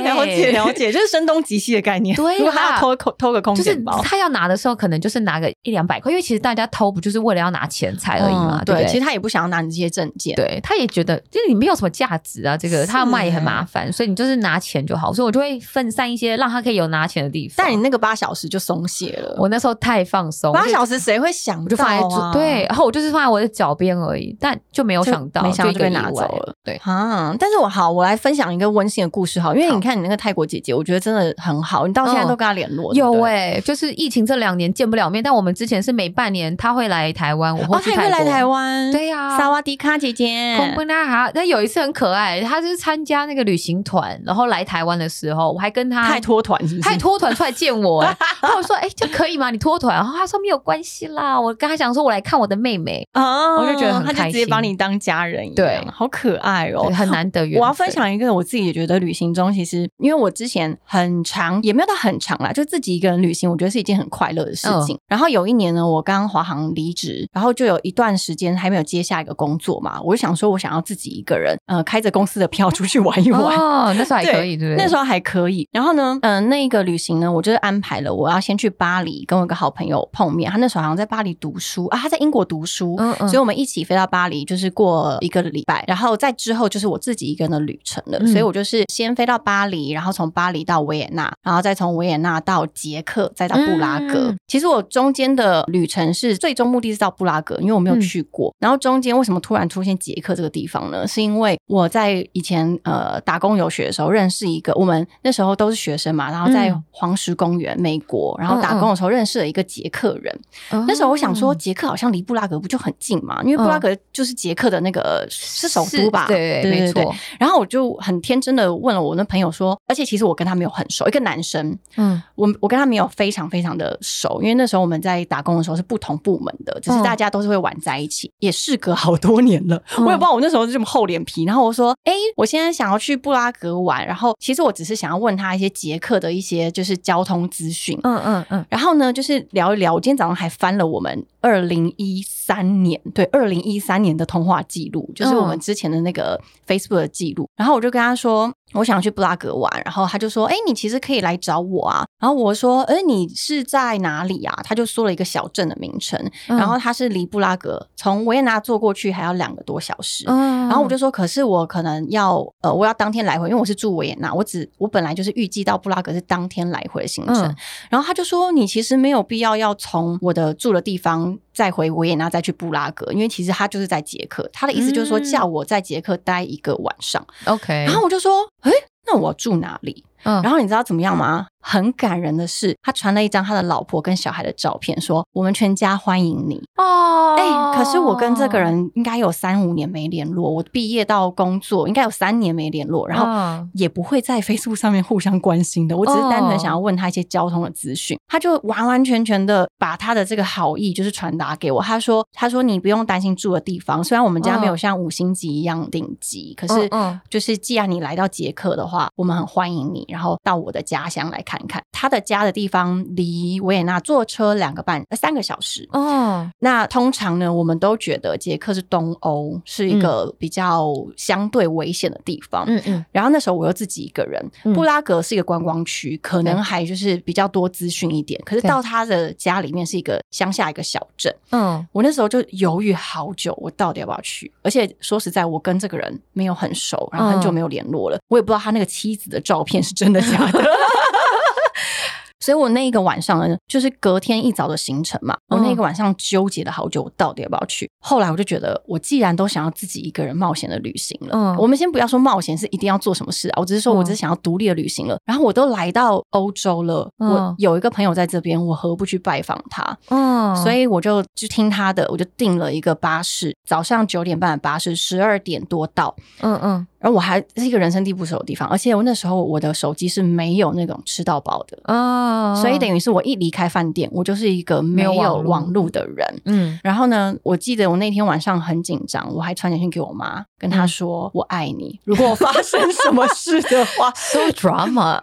Speaker 1: (laughs) 了解了解，就是声东击西的概念。
Speaker 2: 对啦
Speaker 1: 如果他要偷偷偷个空
Speaker 2: 就是
Speaker 1: 钱包，
Speaker 2: 他要拿的时候，可能就是拿个一两百块，因为其实大家偷不就是为了要拿钱财而已嘛，
Speaker 1: 嗯
Speaker 2: 对不
Speaker 1: 对，
Speaker 2: 对？
Speaker 1: 其实他也不想要拿你这些证件。
Speaker 2: 对，他也觉得就是你没有什么价值啊，这个
Speaker 1: 是欸
Speaker 2: 他要卖也很麻烦，所以你就是拿钱就好。所以我就会分散一些让他可以有拿钱的地方。
Speaker 1: 但你那个八小时就松懈了，
Speaker 2: 我那时候太放松，
Speaker 1: 八小
Speaker 2: 时
Speaker 1: 时谁会想到啊？
Speaker 2: 哦我就放在桌对，然后我就是放在我的脚边而已，但就没有
Speaker 1: 就
Speaker 2: 想到，
Speaker 1: 没想到
Speaker 2: 就
Speaker 1: 就被
Speaker 2: 一个意
Speaker 1: 拿
Speaker 2: 外
Speaker 1: 走了。
Speaker 2: 对，
Speaker 1: 啊！但是我好，我来分享一个温馨的故事好，因为
Speaker 2: 好
Speaker 1: 你看你那个泰国姐姐，我觉得真的很好，你到现在
Speaker 2: 嗯
Speaker 1: 都跟她联络，
Speaker 2: 有
Speaker 1: 哎，
Speaker 2: 哎、就是疫情这两年见不了面，但我们之前是每半年他会来台湾，我
Speaker 1: 哦，
Speaker 2: 会
Speaker 1: 她
Speaker 2: 去
Speaker 1: 也
Speaker 2: 泰
Speaker 1: 会
Speaker 2: 国。
Speaker 1: 来台湾，欸
Speaker 2: 对啊呀、
Speaker 1: 萨瓦迪卡姐姐，
Speaker 2: 恐怖那哈，但有一次很可爱，他就是参加那个旅行团，然后来台湾的时候，我还跟他
Speaker 1: 太脱团是不
Speaker 2: 他还
Speaker 1: 是？
Speaker 2: 脱团出来见
Speaker 1: (laughs)
Speaker 2: 我、哎然后我说：“哎、这可以吗？你脱团？”然后他说：“没有关系啦。”我跟他讲说：“我来看我的妹妹。
Speaker 1: 哦
Speaker 2: 我就觉得很
Speaker 1: 她就
Speaker 2: 开
Speaker 1: 直接把
Speaker 2: 心
Speaker 1: 你当家人一样，
Speaker 2: 对
Speaker 1: 好可爱哦
Speaker 2: 对，很难得缘分。
Speaker 1: 我要分享一个我自己也觉得旅行中，其实因为我之前很长，也没有到很长啦，就自己一个人旅行，我觉得是一件很快乐的事情。
Speaker 2: 嗯
Speaker 1: 然后有一年呢，我刚华航离职，然后就有一段时间还没有接下一个工作嘛，我就想说我想要自己一个人，呃，开着公司的票出去玩一玩。
Speaker 2: (laughs) 哦，那时候还可以，对不对？
Speaker 1: (laughs) 那时候还可以。然后呢，嗯、那个旅行呢，我就是安排了，我要先去巴黎跟我一个好朋友碰面。他那时候好像在巴黎读书啊，他在英国读书，
Speaker 2: 嗯嗯
Speaker 1: 所以我们一起飞到巴黎，就是过一个礼拜。然后再之后就是我自己一个人的旅程了，
Speaker 2: 嗯
Speaker 1: 所以我就是先飞到巴黎，然后从巴黎到维也纳，然后再从维也纳到捷克，再到布拉格。
Speaker 2: 嗯
Speaker 1: 其实我中间的旅程是最终目的是到布拉格，因为我没有
Speaker 2: 嗯
Speaker 1: 去过。然后中间为什么突然出现捷克这个地方呢？是因为我在以前呃打工游学的时候认识一个，我们那时候都是学生嘛，然后在
Speaker 2: 嗯
Speaker 1: 黄石公园美国，然后打工的时候认识了一个捷克人。
Speaker 2: 哦嗯
Speaker 1: 那时候我想说，捷克好像离布拉格不就很近嘛？因为布拉格就是捷克的那个是首都吧？
Speaker 2: 是对
Speaker 1: 对
Speaker 2: 没
Speaker 1: 对。
Speaker 2: 错，
Speaker 1: 然后我就很天真的问了我那朋友说，而且其实我跟他没有很熟，一个男生，
Speaker 2: 嗯
Speaker 1: 我我跟他没有非常非常的熟，因为那时候我们在打工的时候是不同部门的，只是
Speaker 2: 嗯
Speaker 1: 大家都是会玩在一起，也事隔好多年了，(laughs)
Speaker 2: 嗯
Speaker 1: 我也不知道我那时候是这么厚脸皮。然后我说，哎、我现在想要去布拉格玩，然后其实我只是想要问他一些捷克的一些就是交通资讯，
Speaker 2: 嗯嗯嗯，
Speaker 1: 然后呢，就是聊一聊。我今天早上还翻了我们二零一三年，对，二零一三年的通话记录，就是我们
Speaker 2: 嗯
Speaker 1: 之前的那个 Facebook 的记录。然后我就跟他说，我想去布拉格玩，然后他就说，哎、你其实可以来找我啊。然后我说，哎、你是在哪里啊？他就说了一个小镇的名称，
Speaker 2: 嗯
Speaker 1: 然后它是离布拉格从维也纳坐过去还要两个多小时。
Speaker 2: 嗯，
Speaker 1: 然后我就说，可是我可能要呃，我要当天来回，因为我是住维也纳，我只我本来就是预计到布拉格是当天来回的行程。
Speaker 2: 嗯
Speaker 1: 然后他就说，你其实没有必要要从我的住的地方再回维也纳再去布拉格，因为其实他就是在捷克，他的意思就是说
Speaker 2: 嗯
Speaker 1: 叫我在捷克待一个晚上。
Speaker 2: OK，
Speaker 1: 然后我就说，诶，那我住哪里？
Speaker 2: 嗯
Speaker 1: 然后你知道怎么样吗？很感人的是，他传了一张他的老婆跟小孩的照片，说我们全家欢迎你。
Speaker 2: 哦，
Speaker 1: 哎、可是我跟这个人应该有三五年没联络，我毕业到工作应该有三年没联络，然后
Speaker 2: 后
Speaker 1: 也不会在 (laughs) Facebook 上面互相关心的。我只是
Speaker 2: 哦
Speaker 1: 单纯想要问他一些交通的资讯，他就完完全全的把他的这个好意就是传达给我。他说：“他说你不用担心住的地方，虽然我们家没有
Speaker 2: 嗯
Speaker 1: 像五星级一样顶级，可是
Speaker 2: 嗯嗯
Speaker 1: 就是既然你来到捷克的话，我们很欢迎你，然后到我的家乡来看看。他的家的地方离维也纳坐车两个半呃三个小时。”
Speaker 2: 哦，
Speaker 1: 那通常呢，我们都觉得捷克是东欧，是一个比较相对危险的地方。
Speaker 2: 嗯嗯
Speaker 1: 然后那时候我又自己一个人，
Speaker 2: 嗯
Speaker 1: 布拉格是一个观光区，可能
Speaker 2: 对
Speaker 1: 还就是比较多资讯一点。可是
Speaker 2: 对
Speaker 1: 到他的家里面是一个乡下一个小镇，
Speaker 2: 嗯，
Speaker 1: 我那时候就犹豫好久，我到底要不要去？而且说实在，我跟这个人没有很熟，然后很
Speaker 2: 嗯
Speaker 1: 久没有联络了，我也不知道他那个妻子的照片是真的假的。 (laughs) 所以我那一个晚上呢，就是隔天一早的行程嘛，我
Speaker 2: 嗯
Speaker 1: 那个晚上纠结了好久，我到底要不要去？后来我就觉得，我既然都想要自己一个人冒险的旅行了，
Speaker 2: 嗯
Speaker 1: 我们先不要说冒险是一定要做什么事啊，我只是说我
Speaker 2: 嗯
Speaker 1: 只是想要独立的旅行了。然后我都来到欧洲了，我
Speaker 2: 嗯
Speaker 1: 有一个朋友在这边，我何不去拜访他？
Speaker 2: 嗯，
Speaker 1: 所以我就就听他的，我就订了一个巴士，早上九点半的巴士，十二点多到。
Speaker 2: 嗯嗯
Speaker 1: 然后我还是一个人生地不熟的地方，而且我那时候我的手机是没有那种吃到饱的，
Speaker 2: 啊
Speaker 1: 所以等于是我一离开饭店，我就是一个没有
Speaker 2: 没有网络
Speaker 1: 网路的人。
Speaker 2: 嗯
Speaker 1: 然后呢，我记得我那天晚上很紧张，我还传简讯给我妈，跟她
Speaker 2: 嗯，
Speaker 1: 说、我爱你。如果我发生什么事的话
Speaker 2: ，so
Speaker 1: (laughs)
Speaker 2: drama，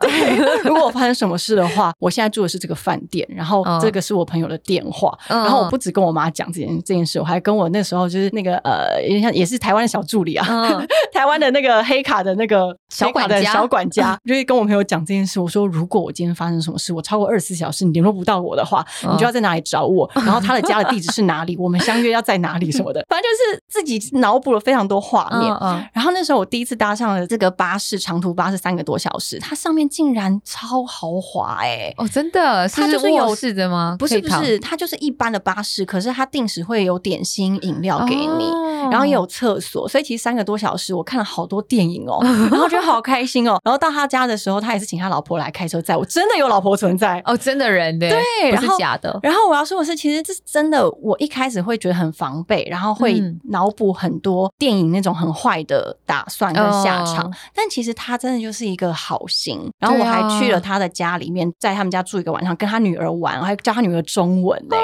Speaker 1: 如果我发生什么事的话，我现在住的是这个饭店，然后
Speaker 2: 嗯
Speaker 1: 这个是我朋友的电话。
Speaker 2: 嗯
Speaker 1: 然后我不止跟我妈讲这件这件事，我还跟我那时候就是那个呃，有点像也是台湾的小助理啊，
Speaker 2: 嗯
Speaker 1: (laughs) 台湾的那个黑卡的那个
Speaker 2: 小管家
Speaker 1: 黑卡的小管
Speaker 2: (laughs)
Speaker 1: 家，就是跟我朋友讲这件事。我说，如果我今天发生什么事，我超过二十四小时你联络不到我的话，
Speaker 2: 嗯
Speaker 1: 你就要在哪里找
Speaker 2: (laughs)
Speaker 1: 我，然后他的家的地址是哪里，我们相约要在哪里什么的，反正就是自己脑补了非常多画面。 (laughs)
Speaker 2: 嗯
Speaker 1: 然后那时候我第一次搭上了这个巴士，长途巴士三个多小时，它上面竟然超豪华哎、
Speaker 2: 哦，真的
Speaker 1: 它
Speaker 2: 是
Speaker 1: 就是有
Speaker 2: 卧室的吗？
Speaker 1: 不是
Speaker 2: 可
Speaker 1: 不
Speaker 2: 以躺
Speaker 1: 是，它就是一般的巴士，可是它定时会有点心饮料给你。
Speaker 2: 哦
Speaker 1: 然后也有厕所，所以其实三个多小时，我看了好多电影
Speaker 2: (laughs)
Speaker 1: 哦，然后觉得好开心哦。然后到他家的时候，他也是请他老婆来开车载我，真的有老婆存在。
Speaker 2: 哦，真的人的，
Speaker 1: 对
Speaker 2: 不
Speaker 1: 然
Speaker 2: 是
Speaker 1: 后
Speaker 2: 假的。
Speaker 1: 然后我要说的是，其实这是真的。我一开始会觉得很防备，然后会
Speaker 2: 嗯
Speaker 1: 脑补很多电影那种很坏的打算跟下场。
Speaker 2: 哦
Speaker 1: 但其实他真的就是一个好心。然后我
Speaker 2: 对啊
Speaker 1: 还去了他的家里面，在他们家住一个晚上，跟他女儿玩，我还教他女儿中文呢、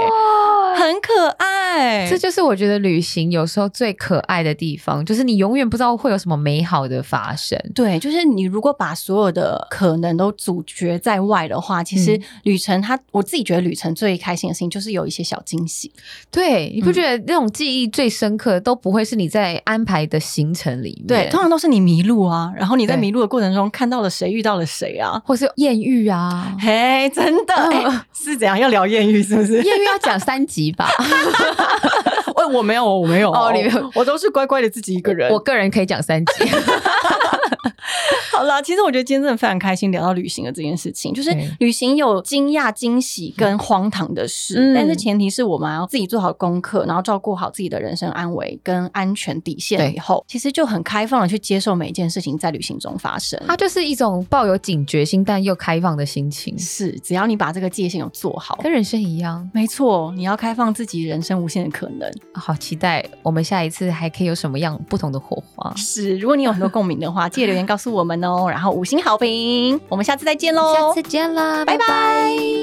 Speaker 1: 很可爱。
Speaker 2: 这就是我觉得旅行有时候最可爱的地方，就是你永远不知道会有什么美好的发生。
Speaker 1: 对，就是你如果把所有的可能都阻绝在外的话，其实
Speaker 2: 嗯
Speaker 1: 旅程它，我自己觉得旅程最开心的事情就是有一些小惊喜。
Speaker 2: 对，
Speaker 1: 嗯
Speaker 2: 你不觉得那种记忆最深刻的都不会是你在安排的行程里面？
Speaker 1: 对，通常都是你迷路啊，然后你在
Speaker 2: 对
Speaker 1: 迷路的过程中看到了谁，遇到了谁啊。，
Speaker 2: 或是艳遇啊
Speaker 1: 嘿，真的、哎是怎样要聊艳遇是不是？
Speaker 2: 艳遇要讲三集吧。
Speaker 1: 哎， (laughs) 我没有，我没有
Speaker 2: 哦你没有
Speaker 1: (laughs) 我都是乖乖的自己一个人
Speaker 2: 我个人可以讲三集。
Speaker 1: 好啦，其实我觉得今天真的非常开心聊到旅行的这件事情，就是
Speaker 2: 对
Speaker 1: 旅行有惊讶、惊喜跟荒唐的事，
Speaker 2: 嗯
Speaker 1: 但是前提是我们要自己做好功课，然后照顾好自己的人身安危跟安全底线以后，其实就很开放的去接受每一件事情在旅行中发生。
Speaker 2: (laughs) 它就是一种抱有警觉心但又开放的心情，
Speaker 1: 是，只要你把这个界限有做好，
Speaker 2: 跟人生一样。
Speaker 1: 没错，你要开放自己人生无限的可能。
Speaker 2: 好期待我们下一次还可以有什么样不同的火花。
Speaker 1: 是，如果你有很多共鸣的话，记得留言告诉我们哦，然后五星好评，我们下次再见喽，
Speaker 2: 下次见啦，
Speaker 1: 拜拜